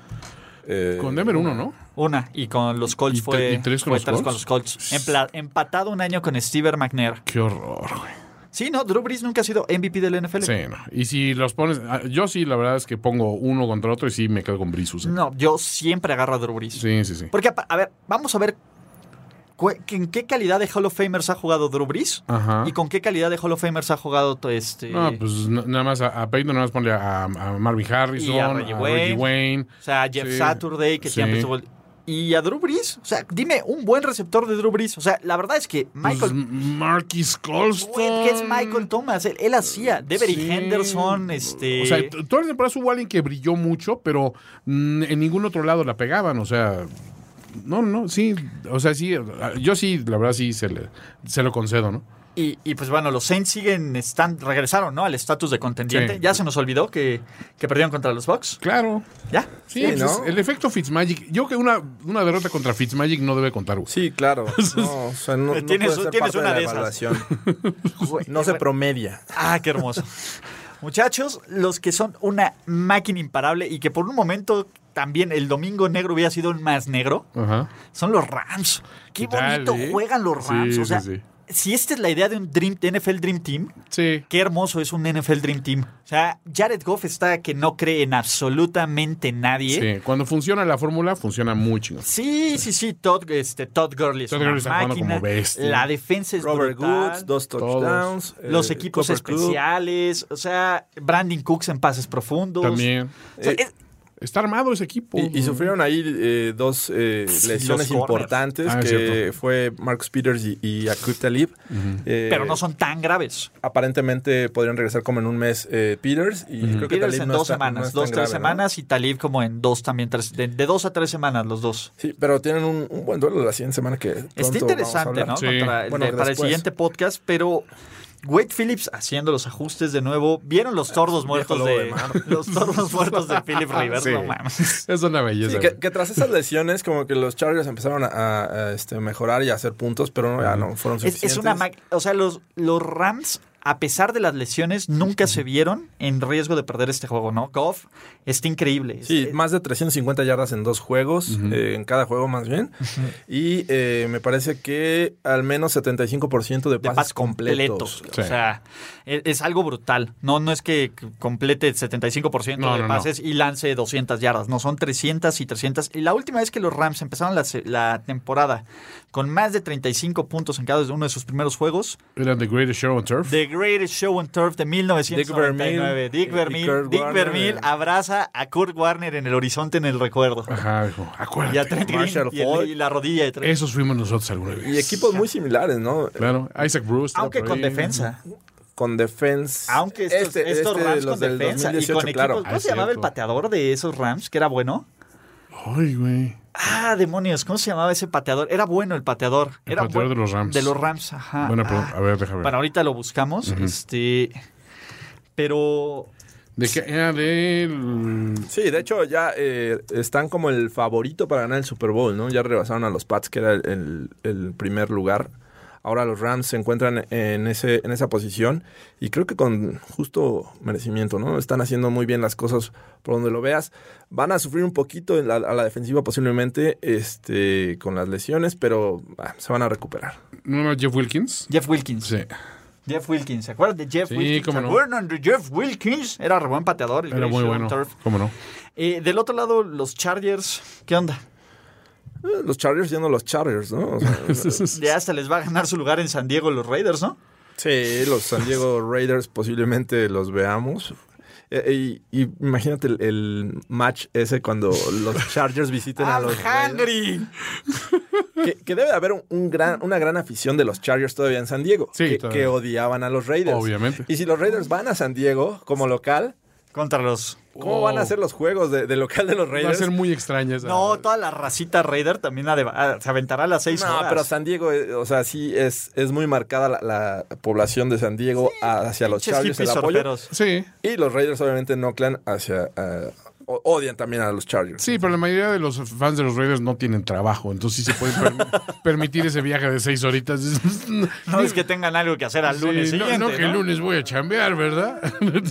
S3: Eh,
S2: Con Denver uno, ¿no?
S1: Una. Y con los Colts
S2: ¿Y tre-
S1: fue,
S2: y tres con
S1: fue
S2: los Colts?
S1: Colts. Empla- empatado un año con Steven McNair.
S2: Qué horror, güey.
S1: Sí, no, Drew Brees nunca ha sido MVP del NFL.
S2: Sí, no. Y si los pones... ah, Yo sí, la verdad es que pongo uno contra otro y sí me quedo con Brizus. eh.
S1: No, yo siempre agarro a Drew Brees.
S2: Sí, sí, sí.
S1: Porque, apa- a ver, vamos a ver cu- que- en qué calidad de Hall of Famers ha jugado Drew Brees
S2: Ajá.
S1: y con qué calidad de Hall of Famers ha jugado to- este...
S2: No, pues na- nada más a, a Peyton, nada más ponle a, a Marvin Harrison,
S1: Y a
S2: a
S1: Reggie Wayne.
S2: Reggie Wayne.
S1: O sea, Jeff
S2: Sí.
S1: Saturday, que
S2: Sí.
S1: siempre estuvo... Y a Drew Brees, o sea, dime un buen receptor de Drew Brees. O sea, la verdad es que
S2: Pues,
S1: Michael...
S2: Marquis
S1: Güey,
S2: Colston.
S1: ¿Qué es Michael Thomas? Él, él hacía. Devery
S2: Sí.
S1: Henderson, este...
S2: O sea, t- toda la temporada hubo alguien que brilló mucho, pero mm, en ningún otro lado la pegaban, o sea... No, no, sí, o sea, sí, yo sí, la verdad sí se, le, se lo concedo, ¿no?
S1: Y, y, pues bueno, los Saints siguen, están, regresaron, ¿no? Al estatus de contendiente.
S2: Sí.
S1: Ya se nos olvidó que, que perdieron contra los Bucks.
S2: Claro.
S1: Ya.
S2: Sí,
S3: Sí,
S2: pues,
S3: ¿no?
S2: es- el efecto Fitzmagic, yo creo que una, una derrota contra Fitzmagic no debe contar, güey.
S3: Sí, claro. No, o sea, no, no
S1: Tienes-
S3: puede ser
S1: tienes
S3: parte
S1: una
S3: de
S1: de
S3: la
S1: esas.
S3: evaluación. No se promedia.
S1: Ah, qué hermoso. Muchachos, los que son una máquina imparable y que por un momento también el domingo negro hubiera sido un más negro,
S2: Ajá.
S1: son los Rams. Qué,
S2: ¿Qué tal,
S1: bonito
S2: eh?
S1: juegan los
S2: Sí,
S1: Rams. o
S2: sí,
S1: sea,
S2: sí.
S1: si esta es la idea de un dream, NFL Dream Team,
S2: Sí.
S1: qué hermoso es un NFL Dream Team. O sea, Jared Goff está que no cree en absolutamente nadie.
S2: Sí, cuando funciona la fórmula, funciona muy chingón.
S1: Sí, sí, sí. Todd, este, Todd Gurley es
S2: Todd
S1: una
S2: Gurley está jugando
S1: máquina.
S2: como bestia.
S1: La defensa es
S3: Robert
S1: brutal.
S3: Goods, dos
S2: Todos.
S3: touchdowns. eh,
S1: los equipos
S3: Cooper Kupp.
S1: especiales, o sea, Brandon Cooks en pases profundos.
S2: También.
S1: O sea,
S3: Eh,
S1: es-
S2: Está armado ese equipo.
S3: Y, y sufrieron ahí eh, dos eh,
S1: Sí, los
S3: lesiones
S1: corners.
S3: importantes,
S2: Ah, es
S3: que
S2: cierto.
S3: fue Marcus Peters y, y Akub Talib. Eh,
S1: pero no son tan graves.
S3: Aparentemente podrían regresar como en un mes eh, Peters. Y creo que
S1: Peters
S3: Talib
S1: en
S3: no
S1: dos
S3: está- no
S1: semanas,
S3: es tan
S1: dos, tres
S3: grave, ¿no?
S1: semanas y Talib como en dos también, tres, de, de dos a tres semanas los dos.
S3: Sí, pero tienen un, un buen duelo la siguiente semana que
S1: Está
S3: pronto vamos a
S1: interesante,
S3: hablar.
S1: ¿no?
S2: Sí.
S1: Contra el-
S3: Bueno,
S1: de- para el
S3: después.
S1: siguiente podcast, pero Wade Phillips haciendo los ajustes de nuevo. ¿Vieron los tordos muertos
S3: lobo
S1: de,
S3: de mar.
S1: los tordos muertos de Philip Rivers?
S2: Sí.
S1: No mames.
S2: Es una belleza.
S3: Sí, que, que tras esas lesiones, como que los Chargers empezaron a, a, a, este, mejorar y a hacer puntos, pero no, ya no fueron
S1: Es,
S3: suficientes.
S1: es una ma- o sea, los, los Rams, a pesar de las lesiones, nunca se vieron en riesgo de perder este juego, ¿no? Goff está increíble.
S3: Sí,
S1: Es-
S3: más de 350 yardas en dos juegos, eh, en cada juego más bien. Y eh, me parece que al menos 75% de pases,
S1: de pases completos.
S3: completos.
S2: Sí.
S1: O sea, es, es algo brutal. No, no es que c- complete el 75%
S2: No,
S1: de
S2: no, no.
S1: pases y lance 200 yardas. No, son 300 y 300. Y la última vez que los Rams empezaron la, se- la temporada con más de 35 puntos en cada uno de sus primeros juegos,
S2: Eran The Greatest Show on Turf.
S1: The Greatest Show on Turf de 1999.
S3: Dick
S1: Dick Vermeil,
S3: Vermeil, eh, y Kurt
S1: Dick
S3: Warner. eh.
S1: Vermeil abraza a Kurt Warner en el horizonte, en el recuerdo.
S2: Ajá, hijo.
S1: Y a
S2: Acuérdate.
S1: Trent Green
S3: Marshall
S1: y, el-
S3: Falk.
S1: y la rodilla de Trent.
S2: Esos fuimos nosotros alguna vez.
S3: Y equipos muy similares, ¿no?
S2: Claro. Isaac Bruce. estaba
S1: Aunque
S2: por
S1: con
S2: ahí.
S1: defensa.
S3: Con Este, defensa.
S1: Aunque estos, estos Rams con
S3: del
S1: defensa y con equipos.
S3: claro.
S1: ¿Cómo
S2: Ah,
S1: se
S2: es
S1: llamaba el
S2: cierto.
S1: pateador de esos Rams que era bueno?
S2: Ay, güey.
S1: Ah, demonios, ¿cómo se llamaba ese pateador? Era bueno el pateador.
S2: El
S1: era
S2: pateador
S1: buen-
S2: de los Rams.
S1: De los Rams, ajá.
S2: Buena pregunta.
S1: Ah.
S2: A ver, déjame ver.
S1: Bueno, ahorita lo buscamos. Este. Pero.
S2: ¿De qué? Era del.
S3: Sí, de hecho ya eh, están como el favorito para ganar el Super Bowl, ¿no? Ya rebasaron a los Pats, que era el, el- el primer lugar. Ahora los Rams se encuentran en, ese, en esa posición y creo que con justo merecimiento, ¿no? Están haciendo muy bien las cosas por donde lo veas. Van a sufrir un poquito en la- a la defensiva posiblemente este, con las lesiones, pero ah, se van a recuperar.
S2: ¿No era Jeff Wilkins?
S1: Jeff Wilkins.
S2: Sí.
S1: Jeff Wilkins, ¿se acuerdan de Jeff
S2: Sí,
S1: Wilkins?
S2: cómo
S1: ¿Se
S2: no.
S1: acuerdan de Jeff Wilkins? Era re buen pateador. El
S2: Era
S1: Great
S2: muy
S1: Show
S2: bueno.
S1: Turf.
S2: ¿Cómo no?
S1: Eh, del otro lado, los Chargers, ¿qué onda?
S3: Eh, Los Chargers no los Chargers, ¿no? O sea,
S1: Ya hasta les va a ganar su lugar en San Diego los Raiders, ¿no?
S3: Ah, Sí, los San Diego Raiders posiblemente los veamos. Eh, y, y imagínate el, el match ese cuando los Chargers visiten a los Raiders. Que, que debe de haber un, un gran, una gran afición de los Chargers todavía en San Diego.
S2: Sí,
S3: que,
S2: todavía.
S3: que odiaban a los Raiders.
S2: Obviamente.
S3: Y si los Raiders van a San Diego como local,
S1: Contra los...
S3: ¿cómo
S2: Wow.
S3: van a ser los juegos de, de local de los
S2: Va a
S3: Raiders?
S2: ser muy extraña esa.
S1: No, toda la racita Raider también ha de- ah, se aventará a las seis
S3: No,
S1: horas.
S3: pero San Diego, eh, o sea, sí es, es muy marcada la, la población de San Diego a- hacia los
S1: Pinches
S3: Chargers, el
S1: hippies
S3: apoyo.
S1: sorteros.
S2: Sí.
S3: Y los Raiders obviamente no clan hacia... eh, o- odian también a los Chargers.
S2: Sí, pero la mayoría de los fans de los Raiders no tienen trabajo, entonces sí se pueden per- permitir ese viaje de seis horitas.
S1: No es que tengan algo que hacer al
S2: Sí,
S1: lunes
S2: no,
S1: siguiente,
S2: no, que el
S1: ¿no?
S2: lunes voy a chambear, ¿verdad?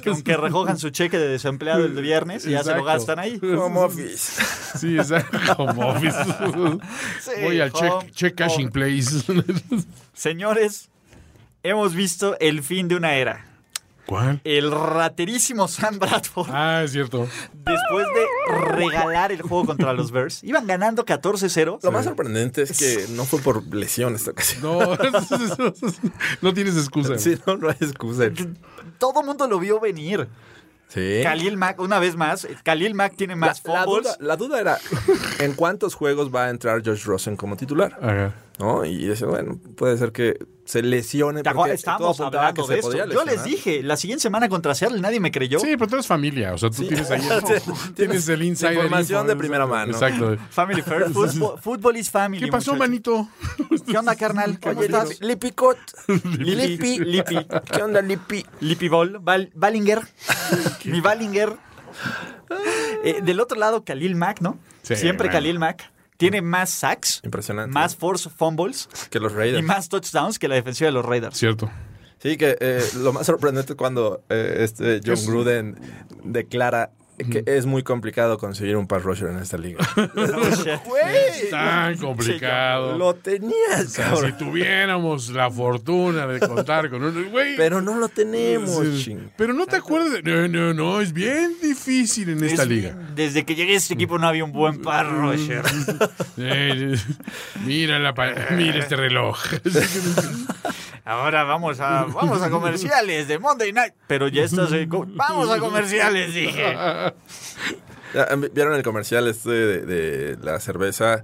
S1: Con que recojan su cheque de desempleado el viernes y ya se
S2: Exacto.
S1: lo gastan ahí.
S3: Home office.
S2: Sí, exacto. Home office.
S1: Sí,
S2: voy al
S1: home
S2: check, check cashing
S1: office.
S2: place.
S1: Señores, hemos visto el fin de una era.
S2: ¿Cuál?
S1: El raterísimo Sam Bradford,
S2: Ah, es cierto.
S1: después de regalar el juego contra los Bears, iban ganando 14-0.
S3: Lo más sorprendente es que no fue por lesión esta ocasión.
S2: No, no tienes excusa.
S3: Sí, no, no hay excusa.
S1: Todo el mundo lo vio venir.
S2: ¿Eh?
S3: Sí.
S1: Khalil Mack, una vez más, Khalil Mack tiene más
S3: la, la
S1: fumbles.
S3: duda, la duda era en cuántos juegos va a entrar Josh Rosen como titular,
S1: Ah.
S2: Ajá.
S3: ¿no? Y dice, bueno, puede ser que se lesione.
S1: ¿Te
S3: porque
S1: acuerdas?
S3: todo
S1: Estábamos
S3: apuntaba
S1: hablando
S3: que se
S1: de esto.
S3: podía
S1: Yo les
S3: lesionar.
S1: dije, la siguiente semana contra Seattle nadie me creyó.
S2: Sí, pero tú eres familia, o sea, tú tienes ahí el, tienes el insider
S3: Información
S2: info,
S3: de primera mano.
S2: Exacto.
S1: Family first. Fútbol, fútbol is family.
S2: ¿Qué pasó,
S1: muchachos.
S2: manito?
S1: ¿Qué onda, carnal? ¿Cómo
S3: Oye,
S1: estás?
S3: Lip- Lipicot.
S1: Lipi, Lipi,
S3: ¿Qué onda, Lipi?
S1: Lipi Ball, Bal- Ballinger, mi Ballinger. Eh, del otro lado, Khalil Mack, ¿no?
S2: Sí,
S1: Siempre
S2: bueno.
S1: Khalil Mack. Tiene más sacks,
S3: Impresionante.
S1: más force fumbles
S3: que los
S1: y
S3: Raiders.
S1: más touchdowns que la defensiva de los Raiders.
S2: Cierto.
S3: Sí, que eh, lo más sorprendente es cuando eh, este John
S2: Es-
S3: Gruden declara que es muy complicado conseguir un pass rusher en esta liga. ¡Güey!
S2: Tan complicado.
S3: Lo tenías,
S2: O sea, si
S3: cabrón.
S2: tuviéramos la fortuna de contar con un güey.
S3: Pero no lo tenemos,
S2: Sí.
S3: ching.
S2: Pero no te acuerdas. de- No, no, no. Es bien difícil en esta
S1: Es-
S2: liga. Mm,
S1: Desde que llegué a este equipo no había un buen par rusher.
S2: Eh, eh, mira, la pa- mira este reloj.
S1: Ahora vamos a, vamos a comerciales de Monday Night. Pero ya estás... en co- Vamos a comerciales, dije.
S3: Ah, ¿vi- ¿Vieron el comercial este de, de la cerveza?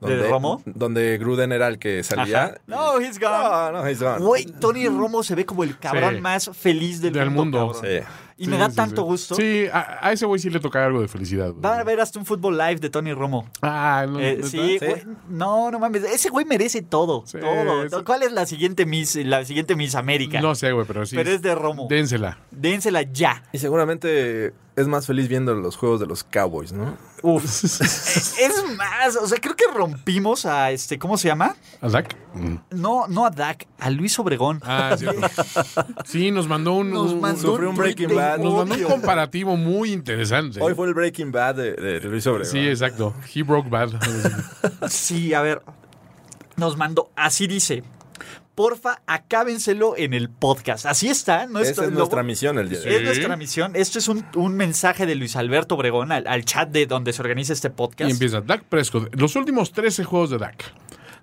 S1: ¿De Romo?
S3: Donde Gruden era el que salía.
S1: No, he's gone.
S3: No, no, he's gone.
S1: Güey, Tony Romo se ve como el cabrón
S2: Sí.
S1: más feliz del,
S2: Del mundo.
S1: cabrón.
S3: Sí.
S1: Y me da
S2: Sí, sí,
S1: tanto
S2: sí.
S1: gusto.
S2: Sí, a, a ese güey sí le toca algo de felicidad. güey.
S1: Van a ver hasta un fútbol live de Tony Romo.
S2: Ah, no,
S1: Eh,
S2: ¿neta?
S1: sí,
S3: Sí.
S1: güey, no, no mames. Ese güey merece todo.
S2: Sí,
S1: todo.
S2: eso-
S1: ¿Cuál es la siguiente Miss, la siguiente Miss América?
S2: No sé, güey, pero sí.
S1: Pero es de Romo.
S2: Dénsela.
S1: Dénsela ya.
S3: Y seguramente es más feliz viendo los juegos de los Cowboys, ¿no?
S1: Uf. Eh, es más, o sea, creo que rompimos a este, ¿cómo se llama?
S2: ¿Azak? Mm.
S1: No, no a Dak, a Luis Obregón.
S2: Ah, sí. sí, nos mandó un.
S1: Nos
S2: un-
S1: mandó
S3: Sufrió un
S1: tweet
S3: Breaking
S1: de
S3: Bad.
S2: nos mandó un
S1: odio.
S2: comparativo muy interesante.
S3: Hoy fue el Breaking Bad de, de Luis Obregón.
S2: Sí, exacto. He broke bad.
S1: Sí, a ver. Nos mandó, así dice. Porfa, acábenselo en el podcast. Así está, no
S3: Esa
S1: estoy-
S3: es
S1: lo-
S3: nuestra misión el día de hoy.
S1: Es nuestra misión. Esto es un, un mensaje de Luis Alberto Obregón al, al chat de donde se organiza este
S2: Y
S1: podcast.
S2: empieza Dak Prescott. Los últimos 13 juegos de Dak.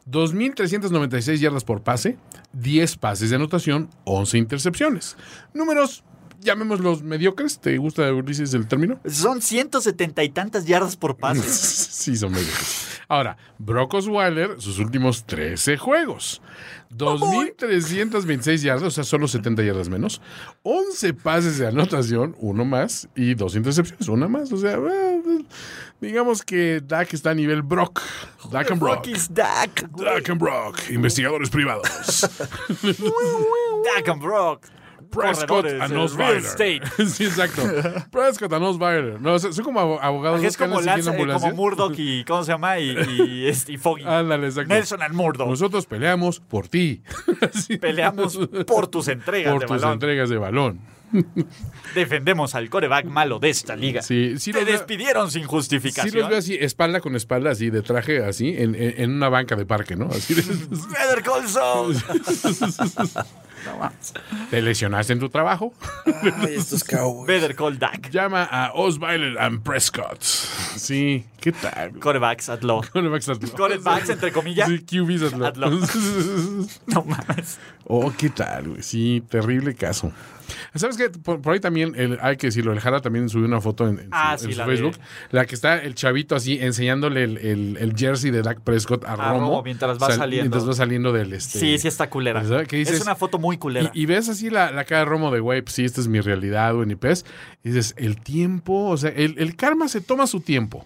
S2: 2.396 yardas por pase, 10 pases de anotación, 11 intercepciones. Números, llamémoslos mediocres. ¿Te gusta, Ulises, el término?
S1: Son 170 y tantas yardas por pase.
S2: sí, son mediocres. Ahora, Brock Osweiler, sus últimos 13 juegos. 2.326 yardas, o sea, solo 70 yardas menos. 11 pases de anotación, uno más, y dos intercepciones, una más. O sea, eh, digamos que Dak está a nivel Brock. Dak and Brock.
S1: Fuck is Dak. güey.
S2: Dak and Brock, investigadores privados.
S1: Dak and Brock.
S2: Prescott
S1: Corredores,
S2: and
S1: eh,
S2: Osweiler.
S1: real estate.
S2: sí, exacto. Prescott and Osweiler. No, soy como abo- abogados.
S1: Es
S2: ¿no? que
S1: como,
S2: andan
S1: Lance-
S2: siguiendo
S1: eh, como
S2: ambulancias.
S1: Murdoch y ¿cómo se llama? Y, y, este, y Foggy.
S2: Ándale, exacto.
S1: Nelson and Murdoch.
S2: Nosotros peleamos por ti. Sí.
S1: Peleamos por tus entregas
S2: por
S1: de
S2: tus
S1: balón.
S2: entregas de balón.
S1: Defendemos al coreback malo de esta liga.
S2: Sí, sí
S1: Te
S2: los veo-
S1: despidieron sin
S2: Sí
S1: justificación.
S2: los veo así, espalda con espalda, así de traje, así, en, en- en una banca de parque, ¿no? Así de-
S1: Better Call Saul.
S2: Te lesionaste en tu trabajo.
S3: Ay, estos Cowboys.
S1: Better Call Dak.
S2: Llama a Osweiler and Prescott. Sí, ¿qué tal?
S1: Corebacks at law.
S2: Quarterbacks at law.
S1: Corebacks, entre comillas.
S2: Sí, QBs at law.
S1: At law. No mames.
S2: Oh, ¿qué tal, güey? Sí, terrible caso. ¿Sabes qué? Por, por ahí también, el- hay que decirlo, el Jara también subió una foto en, en su-
S1: Ah,
S2: en su,
S1: sí, la
S2: Facebook.
S1: vi.
S2: La que está el chavito así enseñándole el, el- el jersey de Dak Prescott a,
S1: A
S2: Romo.
S1: Romo, mientras va saliendo.
S2: Mientras va saliendo del este.
S1: Sí, sí está culera.
S2: ¿Verdad? ¿Qué dices?
S1: Es una foto muy culera.
S2: Y, y ves así la, la cara de Romo de, güey, pues sí, esta es mi realidad, güey, ni pez. Y dices, el tiempo, o sea, el, el karma se toma su tiempo.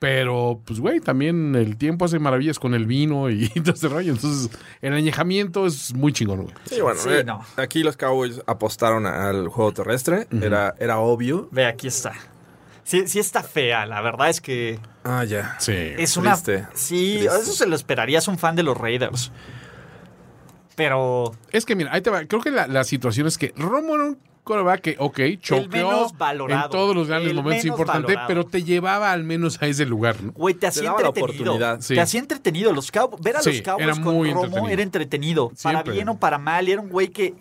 S2: Pero, pues, güey, también el tiempo hace maravillas con el vino y, todo ese rollo. Entonces, el añejamiento es muy chingón, güey.
S3: Sí, bueno,
S1: Sí,
S3: eh,
S1: no.
S3: aquí los Cowboys apostaron al juego terrestre. era, era obvio.
S1: Ve, aquí está. Sí, sí está fea, la verdad es que
S3: Ah, ya.
S2: Sí.
S1: es una...
S3: Triste.
S1: Sí,
S3: Triste.
S1: eso se lo esperarías un fan de los Raiders. Pero
S2: Es que, mira, ahí te va. Creo que la, la situación es que Romo era un coreback que, ok, choqueó
S1: menos valorado.
S2: en todos los grandes
S1: El
S2: momentos
S1: menos
S2: importantes,
S1: valorado.
S2: pero te llevaba al menos a ese lugar, ¿no?
S1: Güey, te
S3: Te
S1: hacía
S3: daba la
S1: entretenido.
S3: oportunidad.
S2: Sí.
S1: Te hacía entretenido. Los Cowboys, ver a
S2: Sí,
S1: los Cowboys
S2: era
S1: con
S2: muy
S1: Romo
S2: entretenido.
S1: era entretenido.
S2: Siempre.
S1: Para bien o para mal. Era un güey que,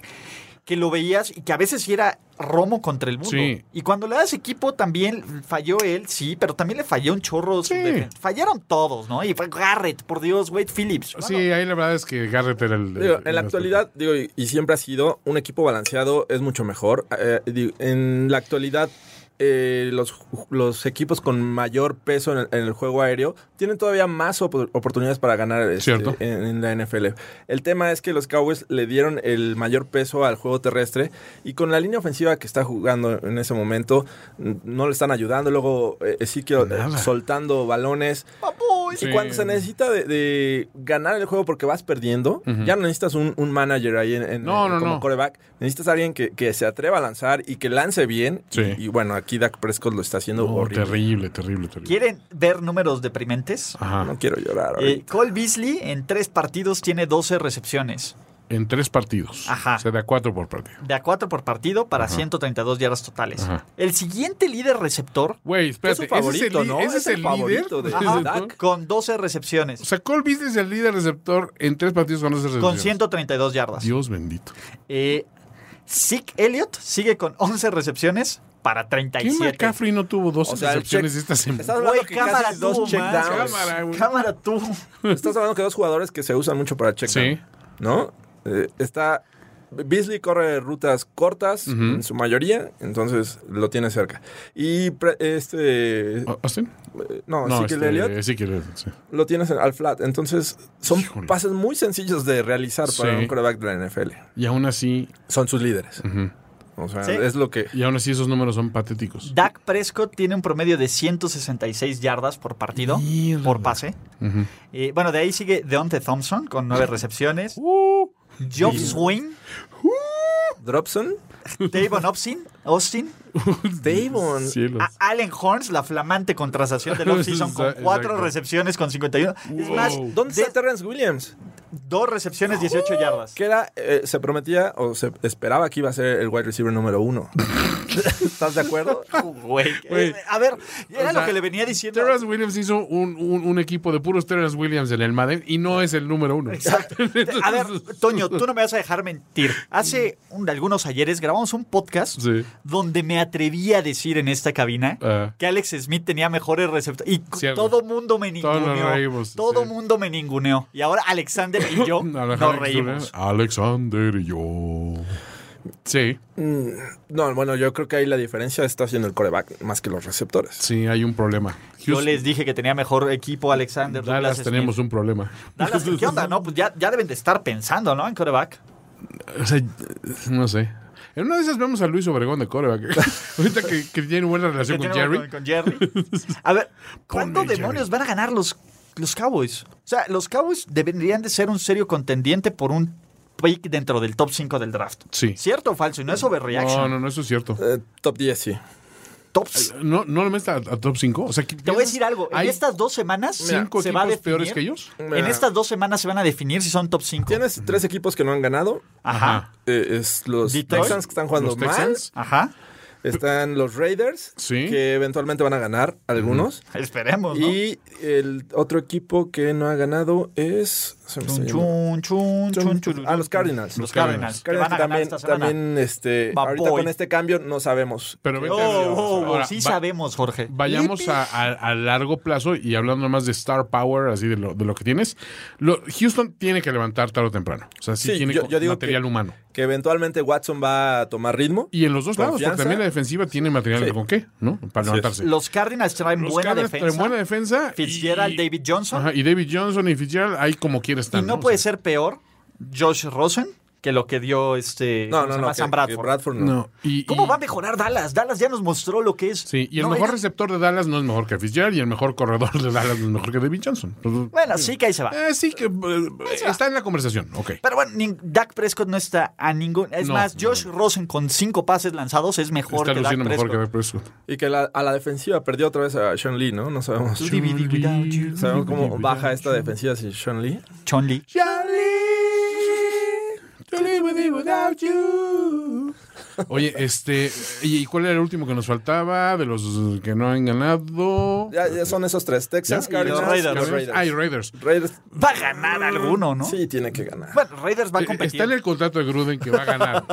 S1: que lo veías y que a veces sí era Romo contra el mundo.
S2: Sí.
S1: Y cuando le das equipo también falló él, sí, pero también le falló un chorro. su
S2: Sí.
S1: defen- Fallaron todos, ¿no? Y fue Garrett, por Dios, Wade Phillips.
S2: Sí,
S1: Bueno,
S2: ahí la verdad es que Garrett era el...
S3: Digo,
S2: el-
S3: en la
S2: el-
S3: actualidad, digo, y, y siempre ha sido, un equipo balanceado es mucho mejor. Eh, digo, en la actualidad, eh, los, ju- los equipos con mayor peso en el, en el juego aéreo tienen todavía más op- oportunidades para ganar este,
S2: Cierto.
S3: en, en la NFL. El tema es que los Cowboys le dieron el mayor peso al juego terrestre y con la línea ofensiva que está jugando en ese momento, n- no le están ayudando. Luego, eh, Ezekiel eh,
S2: Nada.
S3: soltando balones.
S1: papu,
S3: Y
S2: Sí.
S3: cuando se necesita de, de ganar el juego porque vas perdiendo, ya no necesitas un, un manager ahí en, en-
S2: No, no,
S3: como
S2: no.
S3: coreback. Necesitas alguien que, que se atreva a lanzar y que lance bien.
S2: Sí.
S3: Y, y bueno, aquí Dak Prescott lo está haciendo
S2: No,
S3: horrible.
S2: terrible, terrible, terrible.
S1: ¿Quieren ver números deprimentes?
S2: Ajá.
S3: No quiero llorar.
S1: Eh,
S3: ahorita.
S1: Cole Beasley en tres partidos tiene 12 recepciones.
S2: En tres partidos.
S1: Ajá.
S2: O sea, de a cuatro por partido.
S1: De a 4 por partido para 132 yardas totales.
S2: Ajá.
S1: El siguiente líder receptor
S2: Güey, espérate.
S3: Es su favorito,
S2: ese es el, li-
S3: ¿no?
S2: ese es
S3: Es el
S2: el
S3: favorito
S2: líder.
S3: de-
S2: Ajá.
S3: Dak.
S1: con 12
S2: O
S1: recepciones.
S2: sea, Cole Beasley es el líder receptor en tres partidos con 12
S1: Con
S2: recepciones.
S1: 132 yardas.
S2: Dios bendito.
S1: Eh, Zeke Elliott sigue con 11 recepciones para
S2: ¿Qué
S1: 37.
S2: McCaffrey no tuvo dos
S3: O sea, el
S2: recepciones
S3: check-
S2: esta semana?
S3: Estás hablando
S1: Güey,
S3: que
S1: cámara
S3: casi dos
S1: tuvo más.
S3: checkdowns.
S2: Cámara, güey.
S1: Cámara tú.
S3: Estás hablando que dos jugadores que se usan mucho para checkdown.
S2: Sí.
S3: ¿No? Eh, está. Beasley corre rutas cortas en su mayoría, entonces lo tiene cerca. Y pre- este.
S2: ¿Austin?
S3: No,
S2: Oh, No,
S3: Ezekiel
S2: este,
S3: Elliott.
S2: Ezekiel Elliott, sí.
S3: lo tienes en- al flat. Entonces, son
S2: Híjole.
S3: pases muy sencillos de realizar para
S2: Sí.
S3: un quarterback de la NFL.
S2: Y aún así,
S3: Son sus líderes. O sea,
S1: Sí.
S3: es lo que.
S2: y aún así esos números son patéticos.
S1: Dak Prescott tiene un promedio de 166 yardas por partido,
S2: Mierda.
S1: por pase.
S2: Ujú.
S1: Eh, bueno, de ahí sigue Deonte Thompson con 9 recepciones.
S2: Uh,
S1: Job Swing,
S3: Dropson,
S1: Davon Austin, Austin
S3: Davon.
S2: cielos.
S1: A Allen Horns, la flamante contratación del offseason con
S2: Exacto.
S1: cuatro recepciones con 51. Es
S2: Wow.
S1: más,
S3: ¿Dónde
S1: de-
S3: está Oh, Terrence Williams?
S1: dos recepciones, 18 yardas.
S3: Que era, eh, se prometía o se esperaba que iba a ser el wide receiver número uno. ¿Estás de acuerdo?
S1: Güey.
S2: Güey.
S1: Eh, A ver, era
S2: O sea,
S1: lo que le venía diciendo.
S2: Terrence Williams hizo un, un- un equipo de puros Terrence Williams en el Madden y no es el número uno.
S1: Exacto. A ver, Toño, tú no me vas a dejar mentir. Hace un- algunos ayeres grabamos un podcast
S2: Sí.
S1: donde me atreví a decir en esta cabina
S2: Ah.
S1: que Alex Smith tenía mejores receptores. Y cu-
S2: Cierto.
S1: todo mundo me
S2: Todos nos
S1: ninguneó.
S2: reímos,
S1: Todo
S2: sí.
S1: mundo me ninguneó. Y ahora Alexander y yo nos
S2: Alejandro
S1: reímos.
S2: Alexander y yo. Sí,
S3: Mm, no, bueno, yo creo que ahí la diferencia está siendo el coreback más que los receptores.
S2: sí, hay un problema.
S1: Yo
S2: Houston-
S1: les dije que tenía mejor equipo Alexander. Douglas
S2: Dallas
S1: Smith.
S2: tenemos un problema.
S1: Dallas, ¿qué onda? No, pues ya, ya deben de estar pensando, ¿no? En coreback.
S2: O sea, no sé. En una de esas vemos a Luis Obregón de coreback. Ahorita que, que tiene buena relación
S1: Que
S2: con
S1: tenemos
S2: Jerry.
S1: Con, con Jerry. A ver, ¿cuándo
S2: Ponme,
S1: demonios van a ganar los, los Cowboys? O sea, los Cowboys deberían de ser un serio contendiente por un pick dentro del top 5 del draft.
S2: Sí.
S1: ¿Cierto o falso? Y no es overreaction.
S2: No, no, no, eso es cierto.
S3: Eh, top 10, sí.
S1: Tops.
S2: ¿No, no lo metes a, a top 5? O sea, que
S1: Te voy a decir algo. En
S2: Hay
S1: estas dos semanas
S2: cinco
S1: se va a
S2: equipos
S1: definir.
S2: peores que ellos.
S1: En estas dos semanas se van a definir si son top 5.
S3: Tienes tres equipos que no han ganado.
S1: Ajá.
S3: Eh, es los
S1: Detroit.
S3: Texans que están jugando
S2: Los
S3: mal.
S2: Texans.
S1: Ajá.
S3: Están los Raiders,
S2: Sí.
S3: que eventualmente van a ganar algunos.
S1: Esperemos, ¿no?
S3: Y el otro equipo que no ha ganado es. se me está
S1: Chun,
S3: yendo.
S1: chun, Pues chun, chun, chun,
S3: A los Cardinals.
S1: Los Cardinals. que
S3: Cardinals
S1: van a ganar
S3: también,
S1: esta semana.
S3: también este,
S1: Va,
S3: ahorita
S1: voy.
S3: con este cambio no sabemos.
S2: Pero vete
S1: Oh,
S2: a Dios.
S1: oh, oh,
S2: Ahora,
S1: sí
S2: va-
S1: sabemos, Jorge.
S2: Vayamos a, a- a largo plazo y hablando más de star power, así de lo, de lo que tienes. Lo- Houston tiene que levantar tarde o temprano. O sea, sí,
S3: Sí,
S2: tiene
S3: yo-
S2: co-
S3: yo digo
S2: material
S3: que-
S2: humano.
S3: Que eventualmente Watson va a tomar ritmo.
S2: Y en los dos lados, porque
S3: Confianza.
S2: también la defensiva tiene material
S3: Sí.
S2: con qué, ¿no? Para
S3: es.
S2: levantarse.
S1: Los Cardinals traen
S2: Los
S1: buena
S2: Cardinals
S1: defensa.
S2: traen buena defensa. y-
S1: Fitzgerald, David Johnson.
S2: Ajá, y David Johnson y Fitzgerald, ahí como quiera
S1: y
S2: están.
S1: no
S2: O
S1: puede
S2: sea,
S1: ser peor Josh Rosen que lo que dio este
S3: No,
S1: ¿cómo
S3: no,
S1: se
S3: no.
S1: llama?
S3: que-
S1: Sam
S3: que
S1: Bradford.
S3: Bradford no.
S2: No, y-
S1: ¿Cómo
S2: y-
S1: va a mejorar Dallas? Dallas ya nos mostró lo que es.
S2: Sí, y el
S1: No,
S2: mejor
S1: es-
S2: receptor de Dallas no es mejor que Fitzgerald y el mejor corredor de Dallas no es mejor que David Johnson. Entonces,
S1: Bueno, pues sí que ahí se va.
S2: eh, sí que eh, está en la conversación. Ok.
S1: Pero bueno, ni- Dak Prescott no está a ningún. Es
S2: No,
S1: más,
S2: no.
S1: Josh Rosen con cinco pases lanzados es mejor
S2: Está
S1: que Dak
S2: luciendo mejor
S1: Prescott.
S2: que Dak Prescott.
S3: Y que la- a la defensiva perdió otra vez a Sean Lee, ¿no? No sabemos. Sabemos cómo baja esta defensiva si Sean Lee.
S1: Chon Lee.
S2: Oye, este, ¿y y cuál era el último que nos faltaba de los que no han ganado?
S3: Ya, ya son esos tres: Texas,
S2: ¿Ya?
S3: Cardinals,
S1: Y los Raiders.
S3: los
S2: Ah, y Raiders.
S3: Raiders,
S1: Va a ganar alguno, ¿no?
S3: sí tiene que ganar.
S1: Bueno, Raiders va a
S2: Eh,
S1: competir.
S2: Está en el contrato de Gruden que va a ganar.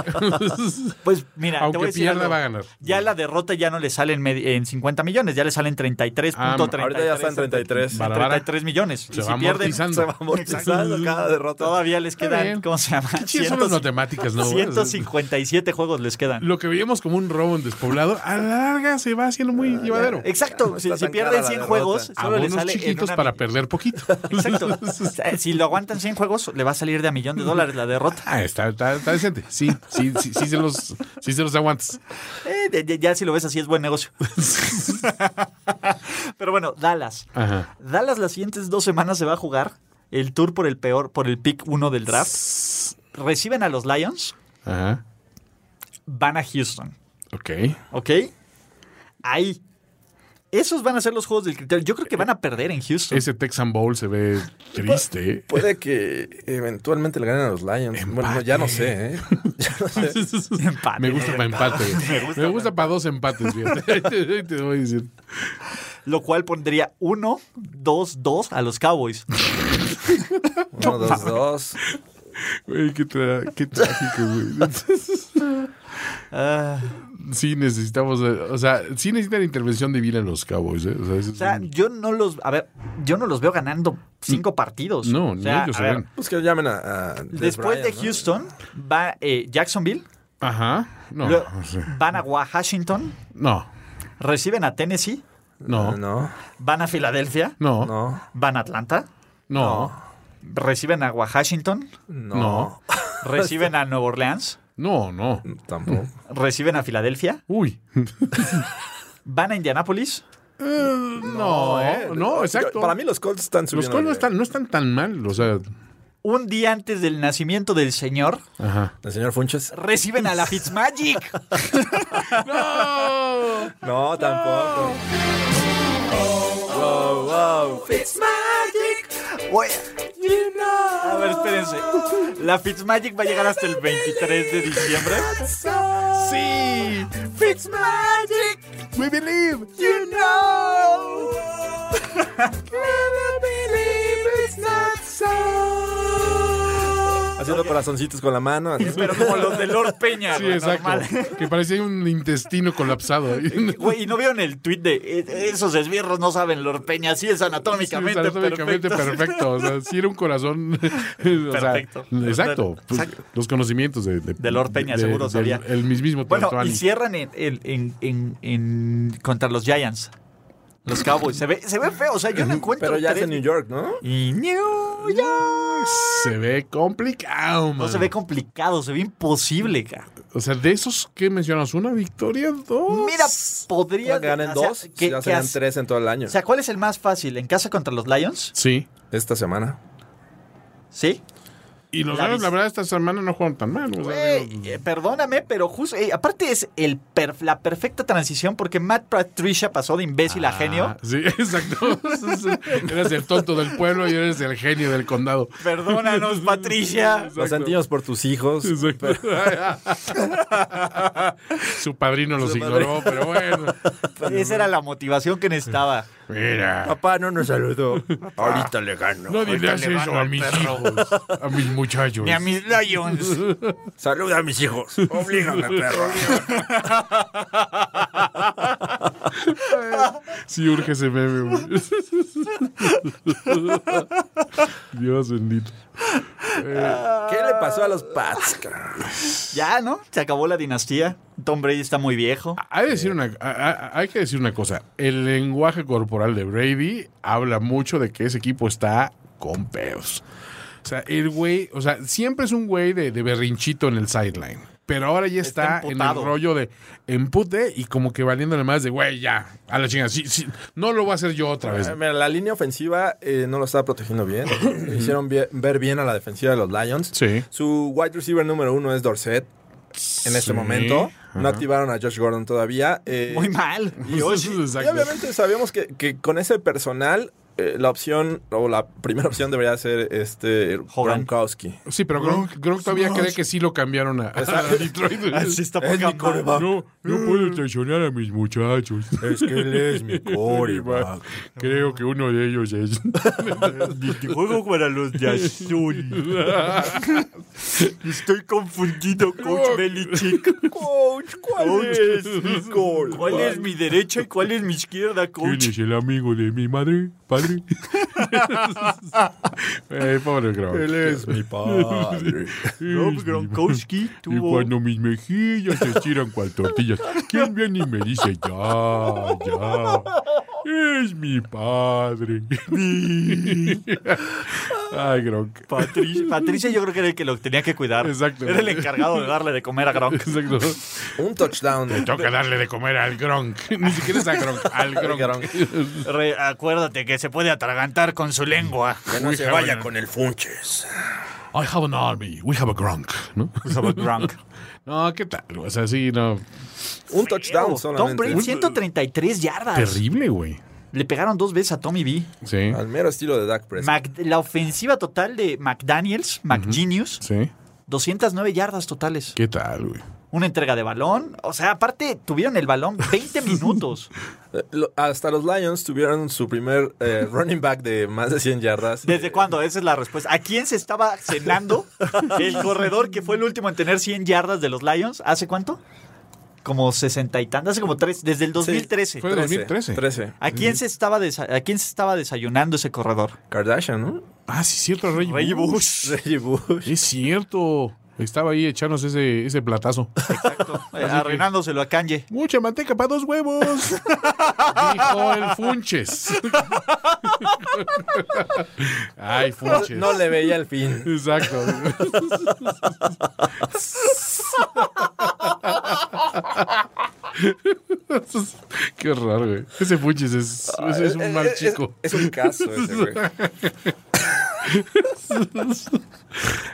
S1: Pues mira, te
S2: Aunque
S1: voy a decir
S2: pierda,
S1: algo.
S2: va a ganar.
S1: Ya la derrota ya no le sale en, medi- en 50 millones, ya le salen 33.33.
S2: Ah,
S3: Ahorita ya están 33.
S2: Vara, vara.
S1: 33 millones.
S2: Se
S1: y
S2: va
S1: si pierden,
S2: amortizando.
S1: se va amortizando cada derrota. Todavía les
S2: Está bien.
S1: quedan, ¿cómo se llama?
S2: Sí, son las
S1: 100
S2: matemáticas, ¿no?
S1: 157 juegos les quedan.
S2: Lo que veíamos como un robo en despoblado, a la larga se va haciendo muy llevadero.
S1: Exacto. si
S3: está
S1: si
S3: tan cara
S1: pierden
S3: la
S1: 100
S3: derrota.
S1: juegos,
S2: A
S1: Ah, Eh, solo les
S2: unos
S1: sale en
S2: chiquitos
S1: una
S2: para
S1: mi-
S2: perder poquito.
S1: Exacto. O sea, Si lo aguantan 100 juegos, le va a salir de a millón de dólares la derrota.
S2: Ah, está, está, está decente. Sí, sí, sí, sí se los, sí se los aguantas.
S1: Eh, de- de- ya si lo ves así es buen negocio. Pero bueno, Dallas.
S2: Ajá.
S1: Dallas las siguientes dos semanas se va a jugar el tour por el peor, por el pick 1 del draft. Reciben a los Lions,
S2: Ajá.
S1: van a Houston.
S2: Ok.
S1: ¿Ok? Ahí. Esos van a ser los juegos del criterio. Yo creo que van a perder en Houston.
S2: Ese Texan Bowl se ve triste. ¿eh?
S3: Puede que eventualmente le ganen a los Lions. Bueno, ya no sé, ¿eh? Ya no sé.
S1: Empate.
S2: Me gusta para empate. Me gusta, para dos empates, fíjate. Te voy a decir.
S1: Lo cual pondría 1, 2, 2 a los Cowboys.
S3: Uno, dos, dos.
S2: Güey, qué, tra- qué trágico, güey.
S1: Ah,
S2: Sí necesitamos, eh, o sea, sí necesitan intervención divina los Cowboys, ¿eh? O sea, eso es
S1: o sea,
S2: un-
S1: yo no los. A ver, yo no los veo ganando cinco partidos.
S2: no,
S1: O
S2: ni
S1: sea,
S2: ellos
S1: a
S2: se
S1: ver,
S2: ven.
S3: Pues que llamen a. a Des
S1: Después de
S3: Bryant, ¿no?
S1: Houston, va eh, Jacksonville,
S2: Ajá. No,
S1: luego
S2: no sé.
S1: van a Washington,
S2: no,
S1: reciben a Tennessee,
S2: no, no,
S3: Ah, No,
S1: van a Filadelfia,
S2: no,
S3: no,
S1: van a Atlanta,
S2: no,
S1: reciben a Washington,
S3: no,
S1: reciben a Nueva Orleans,
S2: no, no.
S3: tampoco.
S1: reciben a Filadelfia,
S2: Uy.
S1: van a Indianápolis,
S2: Eh, no,
S3: ¿eh?
S2: no,
S3: Yo-
S2: exacto.
S3: para mí los Colts están
S2: los
S3: subiendo.
S2: Colts no
S3: de-
S2: están, no están tan mal, o sea,
S1: un día antes del nacimiento del señor,
S2: ajá.
S3: ¿El señor Funches?
S1: reciben a la Fitzmagic.
S3: No, tampoco.
S1: Güey. A ver, espérense. La Fitzmagic va a llegar hasta el 23 de diciembre.
S2: Sí, Fix Magic. We believe you know.
S3: Haciendo corazoncitos con la mano. así.
S1: Pero como los de Lord Peña,
S2: Sí,
S1: güey, normal.
S2: exacto. Que parecía un intestino colapsado. ahí.
S1: Güey, ¿y no vieron el tweet de "Eh, esos esbirros no saben Lord Peña? Sí, es
S2: Sí,
S1: anatómicamente,
S2: anatómicamente
S1: perfecto.
S2: perfecto. O sea, sí era un corazón. o sea,
S1: Perfecto.
S2: exacto. Pues, Los conocimientos de,
S1: De Lord Peña, seguro
S2: del-
S1: sabía.
S2: El mismo
S1: Bueno,
S2: Tlatuani.
S1: y cierran en, en- en- en- en- contra los Giants. Los Cowboys. Se ve, se ve feo. O sea, yo no encuentro.
S3: Pero ya es
S1: tres-
S3: en New York, ¿no?
S1: Y New York.
S2: Se ve complicado, man.
S1: No se ve complicado, se ve imposible, cara.
S2: O sea, de esos que mencionas, una victoria, dos.
S1: Mira, podría.
S3: Ahora que ganen
S1: o sea,
S3: dos,
S1: que-
S3: ya
S1: que
S3: serán
S1: as-
S3: tres en todo el año.
S1: O sea, ¿cuál es el más fácil? ¿En casa contra los Lions?
S2: Sí.
S3: Esta semana.
S1: Sí.
S2: Y los
S1: La
S2: Lions,
S1: vis-
S2: la verdad, esta semana no juegan tan mal. o sea,
S1: Güey,
S2: digo,
S1: eh, perdóname, pero justo. eh, aparte es el per- la perfecta transición porque Matt Patricia pasó de imbécil a genio.
S2: Ah, Sí, exacto. eres el tonto del pueblo y eres el genio del condado.
S1: Perdónanos, Patricia.
S3: Los sentimos por tus hijos.
S2: Exacto. Su padrino los
S3: Su
S2: ignoró, pero bueno.
S1: Esa era la motivación que necesitaba.
S2: Mira.
S3: Papá no nos saludó. Ahorita le gano.
S2: No le haces
S5: le
S2: eso
S5: gano
S2: a
S5: al
S2: mis
S5: perro.
S2: hijos, a mis muchachos.
S5: Ni a mis Lions.
S3: Saluda a mis hijos. Oblígame, perro.
S2: Sí, urge ese meme, güey. Dios bendito.
S3: ¿Qué le pasó a los Pats? cabrón?
S1: Ya, ¿no? Se acabó la dinastía. Tom Brady está muy viejo.
S2: Hay, que decir una, a- a- hay que decir una cosa. El lenguaje corporal de Brady habla mucho de que ese equipo está con pedos. O sea, el güey, o sea, siempre es un güey de, de berrinchito en el sideline. Pero ahora ya
S1: Está
S2: está, en el
S1: emputado.
S2: rollo de empute y como que valiéndole más de, güey, ya, a la chingada. Sí, sí, no lo voy a hacer yo otra vez.
S3: Eh, Mira, la línea ofensiva eh, no lo estaba protegiendo bien. Hicieron bien- ver bien a la defensiva de los Lions.
S2: Sí.
S3: Su wide receiver número uno es Dorset. En este momento. No activaron a Josh Gordon todavía. Eh,
S1: Muy mal.
S2: Y
S3: Y obviamente sabíamos que, que con ese personal, eh, la opción o la primera opción debería ser este
S1: Hogan.
S3: Gronkowski.
S2: Sí, pero Gronk, Gronk todavía cree que sí lo cambiaron a, a Detroit.
S1: Así está
S3: Es
S1: poca
S3: mi
S1: madre.
S3: coreback.
S2: Ah, No, no
S4: Mm.
S2: puedo traicionar a mis muchachos.
S3: Es que él es mi coreback.
S2: Creo que uno de ellos es.
S1: Juego para los de azul. Estoy confundido, Coach Belichick.
S3: Coach, ¿cuál
S1: Coach.
S3: es mi coreback?
S1: ¿Cuál es mi derecha y cuál es mi izquierda,
S2: ¿Quién
S1: Coach?
S2: es el amigo de mi madre? ¿Padre? Eh, pobre
S3: Él
S2: Gronk.
S3: es mi padre.
S1: Rob pues, Gronkowski
S2: Y
S1: tuvo.
S2: cuando mis mejillas se estiran cual tortillas, ¿quién viene y me dice ya, ya? Es mi padre. Ay, Gronk.
S1: Patricia, Patricia yo creo que era el que lo tenía que cuidar.
S2: Exacto.
S1: Era el encargado de darle de comer a Gronk.
S2: Exacto.
S3: Un touchdown.
S2: Toca darle de comer al Gronk. Ni siquiera es a Gronk, al Gronk.
S5: Re- acuérdate que se puede atragantar con su lengua.
S3: Que no se vaya con el Funches.
S2: I have an army, we have a Gronk, ¿no?
S1: Gronk.
S2: No, ¿qué tal? O sea, sí, no.
S3: Un touchdown
S1: Tom Brady,
S3: solamente.
S1: 133 yardas.
S2: Terrible, güey.
S1: Le pegaron dos veces a Tommy B.
S2: Sí,
S3: Al mero estilo de Dak Prescott.
S1: Mac- la ofensiva total de McDaniels, McGenius,
S2: sí.
S1: 209 yardas totales.
S2: ¿Qué tal, güey?
S1: Una entrega de balón. O sea, aparte tuvieron el balón 20 minutos.
S3: Eh, lo- Hasta los Lions tuvieron su primer eh, running back de más de 100 yardas.
S1: ¿Desde cuándo? Esa es la respuesta. ¿A quién se estaba cenando el corredor que fue el último en tener 100 yardas de los Lions? ¿Hace cuánto? Como 60 y tantas, hace como tres, desde el 2013.
S2: Fue Mm. 2013.
S3: 13.
S1: ¿A quién, se estaba desa- ¿A quién se estaba desayunando ese corredor?
S3: Kardashian, ¿no?
S2: Ah, sí, es cierto, Rey.
S1: Reggie Bush.
S3: Reggie Bush.
S2: Es cierto. Estaba ahí echándose ese, ese platazo.
S1: Exacto. Eh, Arruinándoselo a Kanye.
S2: Mucha manteca para dos huevos. Dijo el Funches. Ay, Funches.
S3: No le veía el fin.
S2: Exacto. Qué raro, güey. Ese Funches es, ese es un mal chico.
S3: Eh, Es, es un caso ese, güey.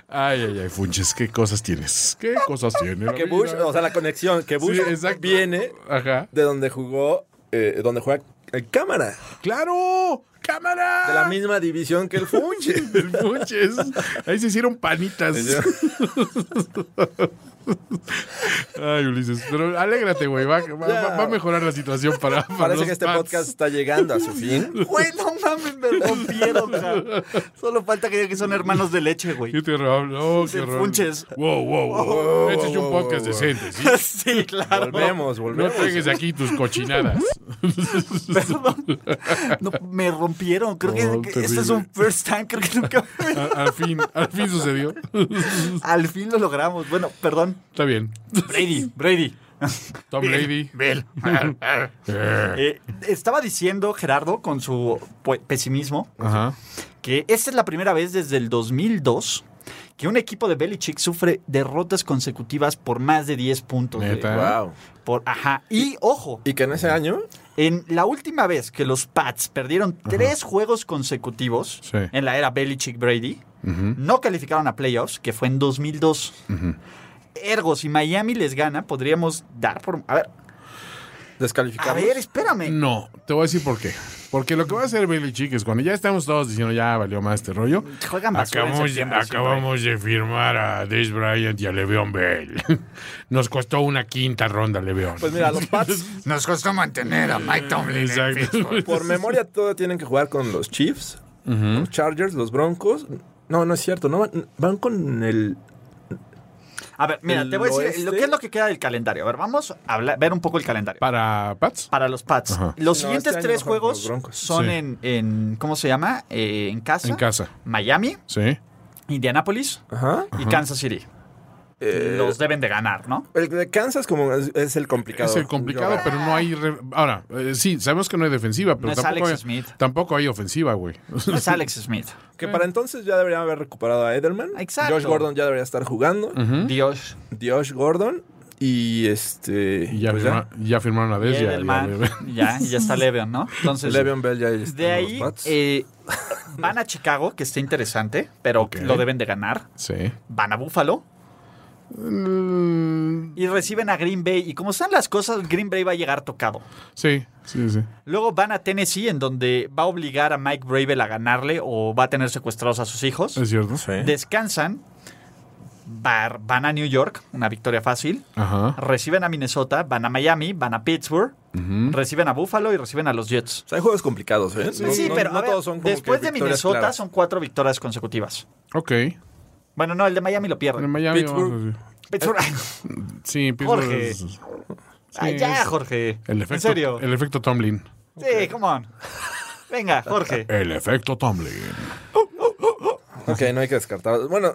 S2: Ay, ay, ay, Funches, qué cosas tienes. ¿Qué cosas tienes?
S3: Que Bush, oh. o sea, la conexión, que Bush
S2: exacto.
S3: viene
S2: Ajá.
S3: de donde jugó, eh, donde juega eh, cámara.
S2: ¡Claro! ¡Cámara!
S3: De la misma división que el Funches.
S2: El Funches. Ahí se hicieron panitas. Ay, Ulises, pero alégrate, güey. Va, va-
S3: Ya.
S2: va- va a mejorar la situación para. para
S3: Parece
S2: los
S3: que este
S2: Pats.
S3: podcast está llegando a su fin.
S1: Güey, no mames, me rompieron, cabrón. Solo falta que digan que son hermanos de leche, güey.
S2: Qué terror, no, qué
S1: De
S2: horror.
S1: Funches.
S2: Wow, wow, wow. este es un podcast decente, ¿sí?
S1: Sí, claro.
S3: Volvemos,
S2: No
S3: volvemos.
S2: traigas aquí tus cochinadas.
S1: Perdón. No, me rompieron. Creo
S2: No,
S1: que, que este
S2: terrible.
S1: es un first time. Creo que nunca.
S2: A- al fin, al fin sucedió.
S1: Al fin lo logramos. Bueno, perdón.
S2: Está bien.
S1: Brady, Brady.
S2: Tom Brady.
S5: Bel.
S2: Eh,
S1: Eh, estaba diciendo Gerardo con su pu- pesimismo
S2: Ajá.
S1: que esta es la primera vez desde el 2002 que un equipo de Belichick sufre derrotas consecutivas por más de 10 puntos. güey.
S2: Neta.
S3: Wow.
S1: Por, ajá. Y ojo,
S3: Y que en ese año,
S1: En la última vez que los Pats perdieron tres juegos consecutivos
S2: Sí.
S1: en la era Belichick Brady, no calificaron a playoffs, que fue en 2002. Ergo, si Miami les gana, podríamos dar por. A ver, a
S3: descalificamos.
S1: ver, espérame.
S2: No, te voy a decir por qué. Porque lo que va a hacer Bailey Chick es cuando ya estamos todos diciendo ya valió más este rollo.
S1: Juegan basura en
S2: acabamos,
S1: septiembre,
S2: acabamos de firmar a Des Bryant y a Le'Veon Bell. Nos costó una quinta ronda Le'Veon.
S3: Pues mira, los Pats
S5: Nos costó mantener a Mike Tomlin. en
S2: Exacto.
S5: Pittsburgh.
S3: por memoria todo tienen que jugar con los Chiefs, los Chargers, los Broncos. No, no es cierto, no van- van con el
S1: A ver, mira,
S3: El
S1: te voy a decir
S3: oeste.
S1: lo que es lo que queda del calendario. A ver, vamos a hablar- ver un poco el calendario.
S2: Para Pats.
S1: Para los Pats.
S2: Ajá.
S1: Los
S3: No,
S1: siguientes
S3: este año
S1: tres
S3: juegan con los
S1: juegos
S3: Broncos.
S1: son
S2: Sí.
S1: en, en- ¿Cómo se llama? Eh, en casa.
S2: En casa.
S1: Miami,
S2: Sí.
S1: Indianapolis
S3: Ajá.
S1: y Kansas City.
S3: Eh,
S1: los deben de ganar, ¿no?
S3: El de Kansas como es, es el complicado.
S2: Es el complicado, pero no hay. re- Ahora, eh, sí, sabemos que no hay defensiva, pero
S1: No es
S2: tampoco,
S1: Alex
S2: hay,
S1: Smith.
S2: tampoco hay ofensiva, güey.
S1: No es Alex Smith.
S3: Que para entonces ya deberían haber recuperado a Edelman.
S1: Exacto.
S3: Josh Gordon ya debería estar jugando.
S1: Dios.
S3: Josh Gordon y este.
S2: Y ya,
S3: pues
S2: firma- ya firmaron a Des. ya-
S1: Edelman. Ya,
S2: ya-
S1: y ya está Le'Veon, ¿no? Entonces,
S3: Pues Le'Veon Bell ya está
S1: de
S3: en los
S1: ahí
S3: Pats.
S1: eh, van a Chicago, que está interesante, pero
S2: Ok.
S1: lo deben de ganar.
S2: sí.
S1: Van a Buffalo
S2: Mm,
S1: y reciben a Green Bay. Y como están las cosas, Green Bay va a llegar tocado.
S2: Sí, sí, sí.
S1: Luego van a Tennessee, en donde va a obligar a Mike Bravel a ganarle o va a tener secuestrados a sus hijos.
S2: Es cierto.
S1: Descansan, va- van a New York, una victoria fácil.
S2: Ajá.
S1: Reciben a Minnesota, van a Miami, van a Pittsburgh, reciben a Buffalo y reciben a los Jets.
S3: O sea, hay juegos complicados, ¿eh? No-
S1: sí,
S3: no-
S1: pero
S3: no
S1: a ver,
S3: todos son como que
S1: después de
S3: victorias
S1: Minnesota
S3: claras.
S1: son cuatro victorias consecutivas.
S2: Ok.
S1: Bueno, no, el de Miami lo
S2: En
S1: pierden.
S2: Miami.
S3: Pittsburgh.
S2: vamos
S1: Pittsburgh.
S2: a- Sí, Pittsburgh.
S1: Jorge.
S2: es-
S1: Ay,
S2: sí,
S1: ya,
S2: es-
S1: Jorge.
S2: El efecto,
S1: en serio.
S2: El efecto Tomlin.
S1: Sí, come on. Venga, Jorge.
S2: El efecto Tomlin.
S3: Ok, no hay que descartar. Bueno,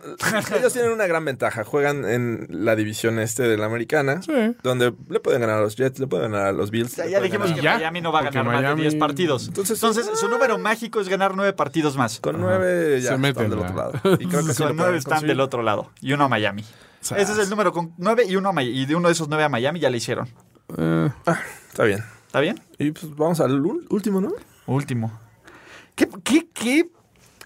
S3: ellos tienen una gran ventaja. Juegan en la división este de la americana,
S2: Sí.
S3: donde le pueden ganar a los Jets, le pueden ganar a los Bills.
S1: Ya,
S3: le
S1: ya
S3: pueden
S1: dijimos
S3: ganar-
S1: que
S2: ya,
S1: Miami no va a
S2: porque
S1: ganar más de
S2: Miami-
S1: 10 partidos. Entonces,
S3: Entonces-
S1: su número mágico es ganar 9 partidos más.
S3: Con nueve ya
S2: Se meten,
S3: están del otro
S2: ¿verdad?
S3: lado. Y creo que sí lo
S1: con
S3: pueden
S1: 9 están
S3: conseguir.
S1: del otro lado y uno a Miami. Ese es el número con 9 y uno a Miami. Y de uno de esos 9 a Miami ya le hicieron.
S2: Eh,
S3: Ah, Está bien.
S1: ¿Está bien?
S3: Y pues vamos al ul- último, ¿no?
S1: Último. ¿Qué, qué, qué,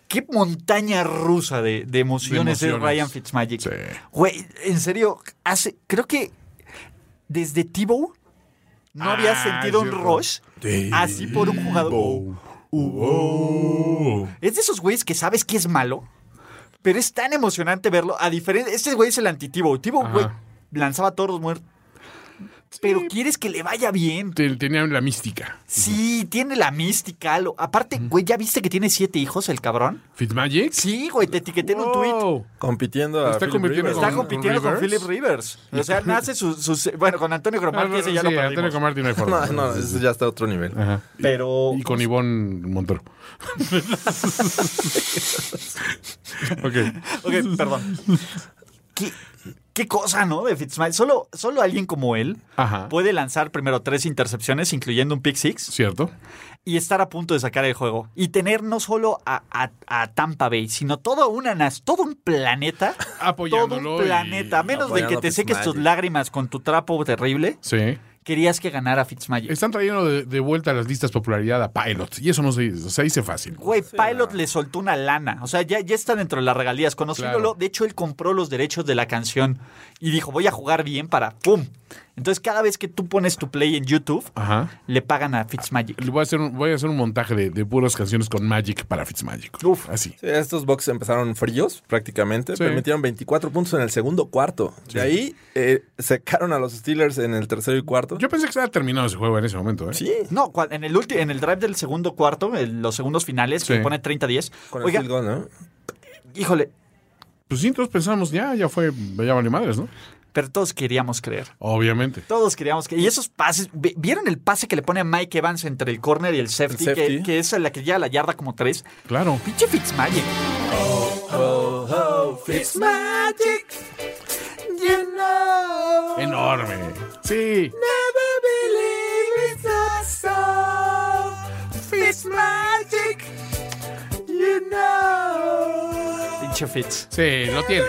S1: qué montaña rusa de, de emociones
S2: De
S1: es
S2: emociones.
S1: Ryan Fitzmagic?
S2: Sí.
S1: Güey, en serio, hace, creo que desde Tebow no había
S2: Ah,
S1: sentido un
S2: cierto.
S1: rush así por un jugador. Es de esos güeyes que sabes que es malo, pero es tan emocionante verlo. A diferencia, este güey es el anti-Tibo. Tibo,
S2: Ajá.
S1: güey, lanzaba toros muertos. Pero quieres que le vaya bien.
S2: te- Tenía la mística.
S1: Sí, tiene la mística. lo- aparte, güey, ¿ya viste que tiene siete hijos el cabrón?
S2: ¿Fitzmagic?
S1: Sí, güey, te etiqueté en un tweet.
S2: Wow.
S3: Compitiendo a
S2: Está
S3: Philip
S2: compitiendo
S3: Rivers.
S1: Está
S2: ¿Con- con
S1: compitiendo con,
S2: Rivers?
S1: Philip Rivers. O sea, nace sus... sus- bueno, con Antonio
S2: Ah,
S1: Cromartie
S2: no,
S1: ese ya
S2: sí,
S1: lo
S2: Antonio
S1: perdimos.
S2: Cromartie no hay forma.
S3: No, no, eso ya está a otro nivel.
S2: Ajá.
S1: Pero...
S2: Y con Ivonne Montero. ok.
S1: Ok, perdón. ¿Qué, qué cosa, no? De Fitzmagic. Solo, solo alguien como él
S2: Ajá.
S1: puede lanzar primero tres intercepciones, incluyendo un pick six,
S2: ¿Cierto?
S1: y estar a punto de sacar el juego. Y tener no solo a, a- a Tampa Bay, sino toda una nas, todo un planeta.
S2: Apoyándolo
S1: Todo un
S2: y-
S1: planeta. A menos de
S3: Apoyando
S1: que
S3: a
S1: te seques tus
S3: Fitzmagic.
S1: lágrimas con tu trapo terrible,
S2: Sí.
S1: querías que ganara Fitzmagic.
S2: Están trayendo de, de vuelta a las listas popularidad a Pilot. Y eso no se dice. Se dice fácil.
S1: Güey, Pilot le soltó una lana. O sea, ya, ya está dentro de las regalías. Conociéndolo,
S2: Claro.
S1: de hecho, él compró los derechos de la canción y dijo, voy a jugar bien para ¡pum! Entonces, cada vez que tú pones tu play en YouTube,
S2: Ajá.
S1: le pagan a Fitzmagic.
S2: Le Voy a hacer un, voy a hacer un montaje de, de puras canciones con Magic para Fitzmagic.
S1: Uf.
S2: Así.
S3: Sí, estos box empezaron fríos prácticamente.
S2: Sí.
S3: Permitieron 24 puntos en el segundo cuarto. De ahí eh, secaron a los Steelers en el tercero y cuarto.
S2: Yo pensé que estaba terminado ese juego en ese momento, ¿eh?
S3: sí.
S1: No, cua- en el, ulti- en el drive del segundo cuarto, en los segundos finales, que
S2: Sí.
S1: pone 30-10.
S3: Con el
S1: Oiga,
S3: field goal, ¿no?
S1: híjole,
S2: Pues sí, todos pensamos, ya, ya fue, ya valió madres, ¿no?
S1: pero todos queríamos creer.
S2: Obviamente.
S1: Todos queríamos que. Y esos pases. ¿vi- ¿Vieron el pase que le pone a Mike Evans entre el corner y el safety?
S3: El
S1: que- Que,
S3: safety.
S1: es la que llega a la yarda como tres.
S2: Claro.
S1: Pinche Fitzmagic.
S2: Enorme. Sí.
S1: Pinche Fitz.
S2: Sí, lo tiene.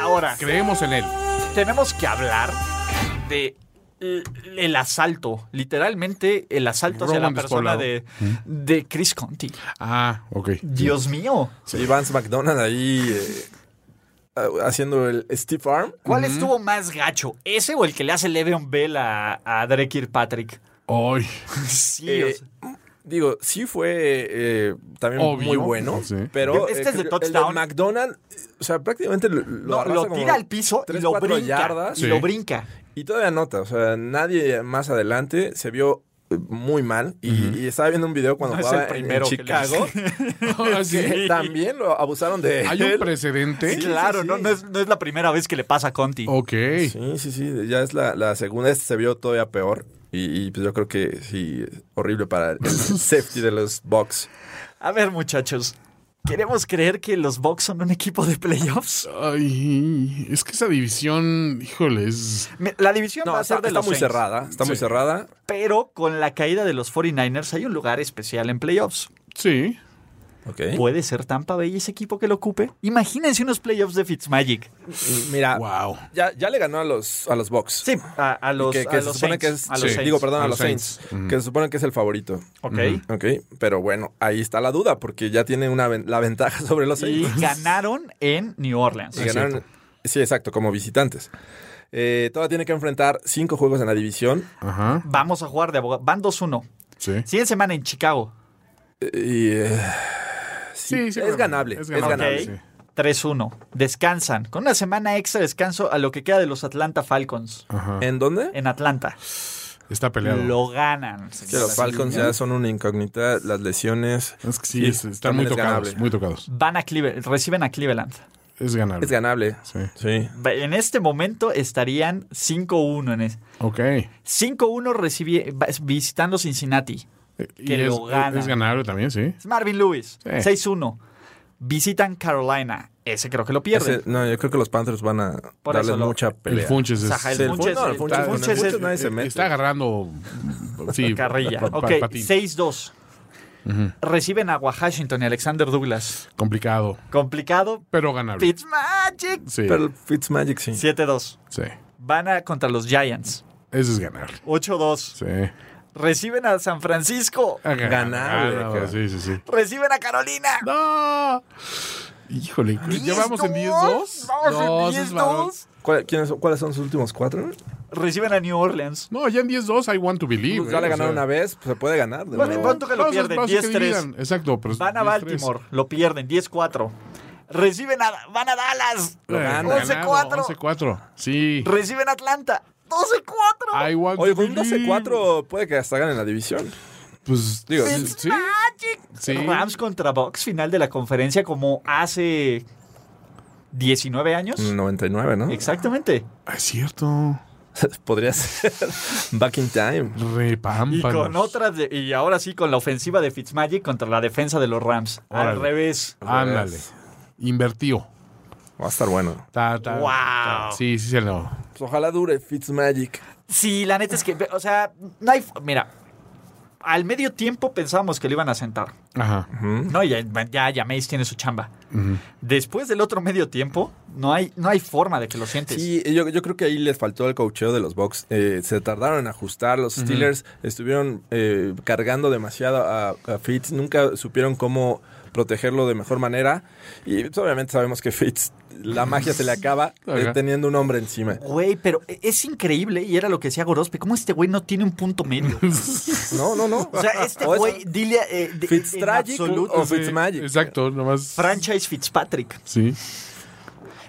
S1: Ahora,
S2: Creemos en él.
S1: tenemos que hablar de l- el asalto, literalmente el asalto hacia la
S2: Roman
S1: persona
S2: despoblado.
S1: de, de Chris Conti.
S2: Ah, ok.
S1: Mm. Dios mío,
S3: Y Vance McDonald ahí eh, ah, haciendo el Steve Arm.
S1: ¿cuál estuvo más gacho? ¿Ese o el que le hace Le'Veon Bell a, a Drake Kirkpatrick?
S2: Ay.
S1: Sí, o
S3: Eh,
S1: sea,
S3: Digo, sí fue eh, también
S2: Obvio.
S3: muy bueno,
S2: Sí.
S3: pero
S1: Este es
S3: eh,
S1: de
S3: creo que
S1: touchdown.
S3: El de McDonald, o sea, prácticamente lo,
S1: No,
S3: arrastra
S1: lo
S3: como
S1: tira al piso y
S3: tres,
S1: lo
S3: cuatro
S1: brinca.
S3: yardas.
S1: Y
S2: Sí.
S1: lo brinca.
S3: Y todavía nota, o sea, nadie más adelante se vio eh, muy mal. Y, y estaba viendo un video cuando
S1: No es
S3: jugaba
S1: el
S3: en- en
S1: primero que le
S3: Chicago.
S2: Ahora sí.
S3: que También lo abusaron de
S2: Hay un
S3: él.
S2: precedente.
S1: claro,
S3: sí,
S1: No,
S3: sí.
S1: no es, no es la primera vez que le pasa a Conti.
S2: Ok.
S3: Sí, sí, sí. Ya es la, la segunda. Este se vio todavía peor. Y, y, pues yo creo que sí, horrible para el safety de los Bucks.
S1: A ver, muchachos. ¿Queremos creer que los Bucks son un equipo de playoffs?
S2: Ay, es que esa división, híjole, es.
S1: Me- La división
S3: No,
S1: va a
S3: está,
S1: ser de
S3: está
S1: los
S3: muy
S1: Saints,
S3: cerrada. Está muy cerrada.
S1: Pero con la caída de los 49ers hay un lugar especial en playoffs.
S2: Sí.
S3: Ok.
S1: ¿Puede ser Tampa Bay ese equipo que lo ocupe? Imagínense unos playoffs de Fitzmagic.
S3: Mira,
S2: Wow.
S3: ya, ya le ganó a los, a los Bucks.
S1: Sí, a, a los,
S3: que, que
S1: a
S3: se
S1: los
S3: supone
S1: Saints,
S3: que es.
S1: a los
S3: sí,
S1: Saints.
S3: Digo, perdón, a
S2: A
S3: los
S2: los
S3: Saints. Que se supone que es el favorito.
S1: Ok.
S3: Ok, pero bueno, ahí está la duda, porque ya tiene una ven- la ventaja sobre los
S1: Y
S2: Ah,
S3: Saints.
S1: ganaron en New Orleans.
S3: Y ganaron- Sí, exacto, como visitantes. Eh, todavía tiene que enfrentar cinco juegos en la división.
S2: Ajá.
S1: Vamos a jugar de abogado. Van 2-1.
S2: Sí.
S1: Siguiente semana en Chicago.
S3: eh, Y, eh, sí,
S2: Sí, sí,
S3: es ganable. Es ganable.
S1: Ok. 3-1. Descansan. Con una semana extra de descanso a lo que queda de los Atlanta Falcons.
S2: Ajá.
S3: ¿En dónde?
S1: En Atlanta.
S2: Está peleado.
S1: Lo ganan.
S3: Que los Falcons ya son una incógnita, las lesiones.
S2: Es que sí, es- están muy
S3: también es
S2: tocados.
S3: ganable.
S2: Muy tocados.
S1: Van a Cleveland. Reciben a Cleveland.
S2: Es ganable.
S3: Es ganable.
S2: Sí.
S3: Sí.
S1: En este momento estarían 5-1. en es-
S2: Ok.
S1: 5-1 recibi- va- visitando Cincinnati.
S2: Y
S1: Que
S2: es,
S1: lo gana.
S2: es ganable también, sí.
S1: Es Marvin Lewis.
S2: Sí.
S1: 6-1. Visitan Carolina. Ese creo que lo pierden.
S3: Ese- no, yo creo que los Panthers van a
S1: Por
S3: darles
S1: eso lo-
S3: mucha pelea.
S2: El Funches es. eh,
S1: Saja, el
S3: Sí, el
S1: Funches-
S3: Fun- no, el Funches-
S1: el
S3: con el
S1: Funches
S3: Funches
S1: es-
S3: nadie se mete.
S2: Está agarrando. Sí.
S1: Carrilla.
S2: pa- pa-
S1: Ok,
S2: patín.
S1: 6-2. Reciben a Washington y Alexander Douglas.
S2: Complicado,
S1: Complicado.
S2: pero ganable.
S1: Fitzmagic.
S2: Sí.
S3: Pero el Fitzmagic sí.
S1: 7-2.
S2: sí.
S1: Van a contra los Giants.
S2: Eso es ganable.
S1: 8-2.
S2: Sí.
S1: Reciben a San Francisco.
S2: Ah,
S3: Ganable, cara.
S2: Sí, sí, sí.
S1: Reciben a Carolina.
S2: ¡No! Híjole, ¿llevamos en 10-2?
S1: 10-2. Vamos en
S2: es varón.
S1: 10-2.
S3: ¿Cuál- quiénes son- ¿Cuáles son sus últimos cuatro?
S1: Reciben a New Orleans.
S2: No, ya en 10-2 I want to believe. eh,
S3: Pues ya le ganaron una vez, pues se puede ganar. de
S1: Bueno,
S3: nuevo.
S1: pronto que lo pierden. 10-3.
S2: 10-3. Exacto. pues, Pero
S1: Van a
S2: 10-3.
S1: Baltimore. Lo pierden. 10-4. Reciben a. Van a Dallas.
S2: Eh, ganado,
S1: 11-4.
S2: 11-4. Sí.
S1: Reciben a Atlanta. 12-4.
S2: I want
S3: Oye, pues,
S2: to
S3: con un
S2: believe.
S3: 12-4 puede que hasta ganen la división.
S2: Pues
S3: Digo,
S2: sí, sí. Sí.
S1: Rams contra Bucks, final de la conferencia como hace 19 años.
S3: Mm. 99, ¿no?
S1: Exactamente.
S2: Ah, Es cierto.
S3: Podría ser back in time.
S1: Y
S2: Repámpanos.
S1: con otras de- y ahora sí con la ofensiva de Fitzmagic contra la defensa de los Rams. Al
S2: Órale.
S1: revés.
S2: Ándale. Invertido.
S3: Pues, Va a estar bueno.
S2: Ta, ta,
S1: Wow.
S2: ta. Sí, sí, se lo.
S3: Pues ojalá dure Fitzmagic.
S1: Sí, la neta es que, o sea, no hay, f- mira, al medio tiempo pensábamos que lo iban a sentar.
S2: Ajá.
S1: No, ya, ya, ya Mace tiene su chamba. Después del otro medio tiempo, no hay, no hay forma de que lo sientes.
S3: Sí, yo, yo creo que ahí les faltó el cocheo de los Bucks. Eh, se tardaron en ajustar. Los Steelers estuvieron eh, cargando demasiado a, a Fitz. Nunca supieron cómo protegerlo de mejor manera. Y pues, obviamente sabemos que Fitz, la magia se le acaba eh,
S2: Ajá.
S3: teniendo un hombre encima.
S1: Güey, pero e-, es increíble, y era lo que decía Gorospe, ¿cómo este güey no tiene un punto medio?
S3: No, no, no.
S1: O sea, este
S3: O es
S1: güey, dile eh, de- en
S3: Fitztragic
S1: absoluto,
S3: o Fitzmagic.
S2: Oh, Exacto, nomás.
S1: franchise Fitzpatrick.
S2: Sí.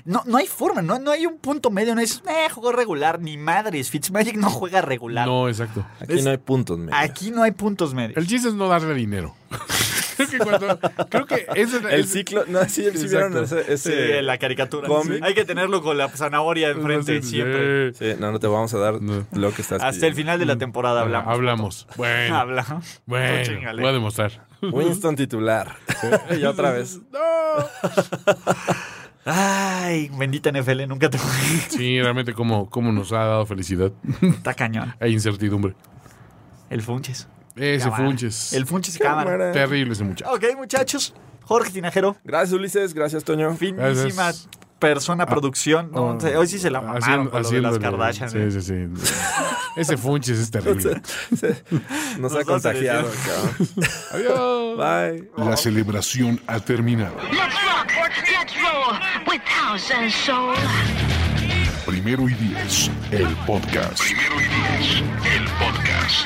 S1: No, no hay forma, no, no hay un punto medio, no es, eh, jugó regular, ni madres, Fitzmagic no juega regular.
S2: No, exacto.
S3: Aquí no hay puntos, medios.
S1: Aquí no hay puntos medios.
S2: El chiste es no darle dinero. creo que cuando. Creo que ese,
S3: El
S2: ese-
S3: ciclo, no, sí, sí
S2: Exacto.
S3: vieron ese.
S1: Sí,
S3: ese-
S1: la caricatura.
S3: cómic.
S1: Hay que tenerlo con la zanahoria enfrente
S2: Sí.
S1: siempre.
S3: Sí, no, no te vamos a dar
S2: No.
S3: lo que estás
S1: Hasta el
S3: pidiendo.
S1: final de la temporada hablamos.
S2: Hablamos. Bueno.
S1: Habla. Tú
S2: Bueno.
S1: chíngale.
S2: Voy a demostrar.
S3: Winston titular. y otra vez.
S2: No.
S1: Ay, bendita NFL, nunca te
S2: Sí, realmente, como, como nos ha dado felicidad
S1: Está cañón.
S2: e incertidumbre.
S1: El Funches.
S2: Ese
S1: Cámara.
S2: Funches.
S1: El Funches cámara.
S2: Terrible ese muchacho.
S1: Ok, muchachos. Jorge Tinajero,
S3: Gracias, Ulises. Gracias, Toño.
S1: finísima
S2: Gracias.
S1: persona, producción. No,
S2: Ah,
S1: hoy sí se la mamaron
S2: haciendo-
S1: con lo de las
S2: haciéndole-
S1: Kardashian. ¿eh?
S2: Sí, sí, sí. Ese Funches es terrible.
S3: Nos ha
S1: Nos
S3: contagiado.
S1: hace
S3: cabrón.
S2: Adiós.
S3: Bye.
S4: La celebración ha terminado.
S7: Let's rock, let's roll with house and soul.
S4: Primero y diez, el podcast. Primero y diez, el podcast.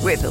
S8: With the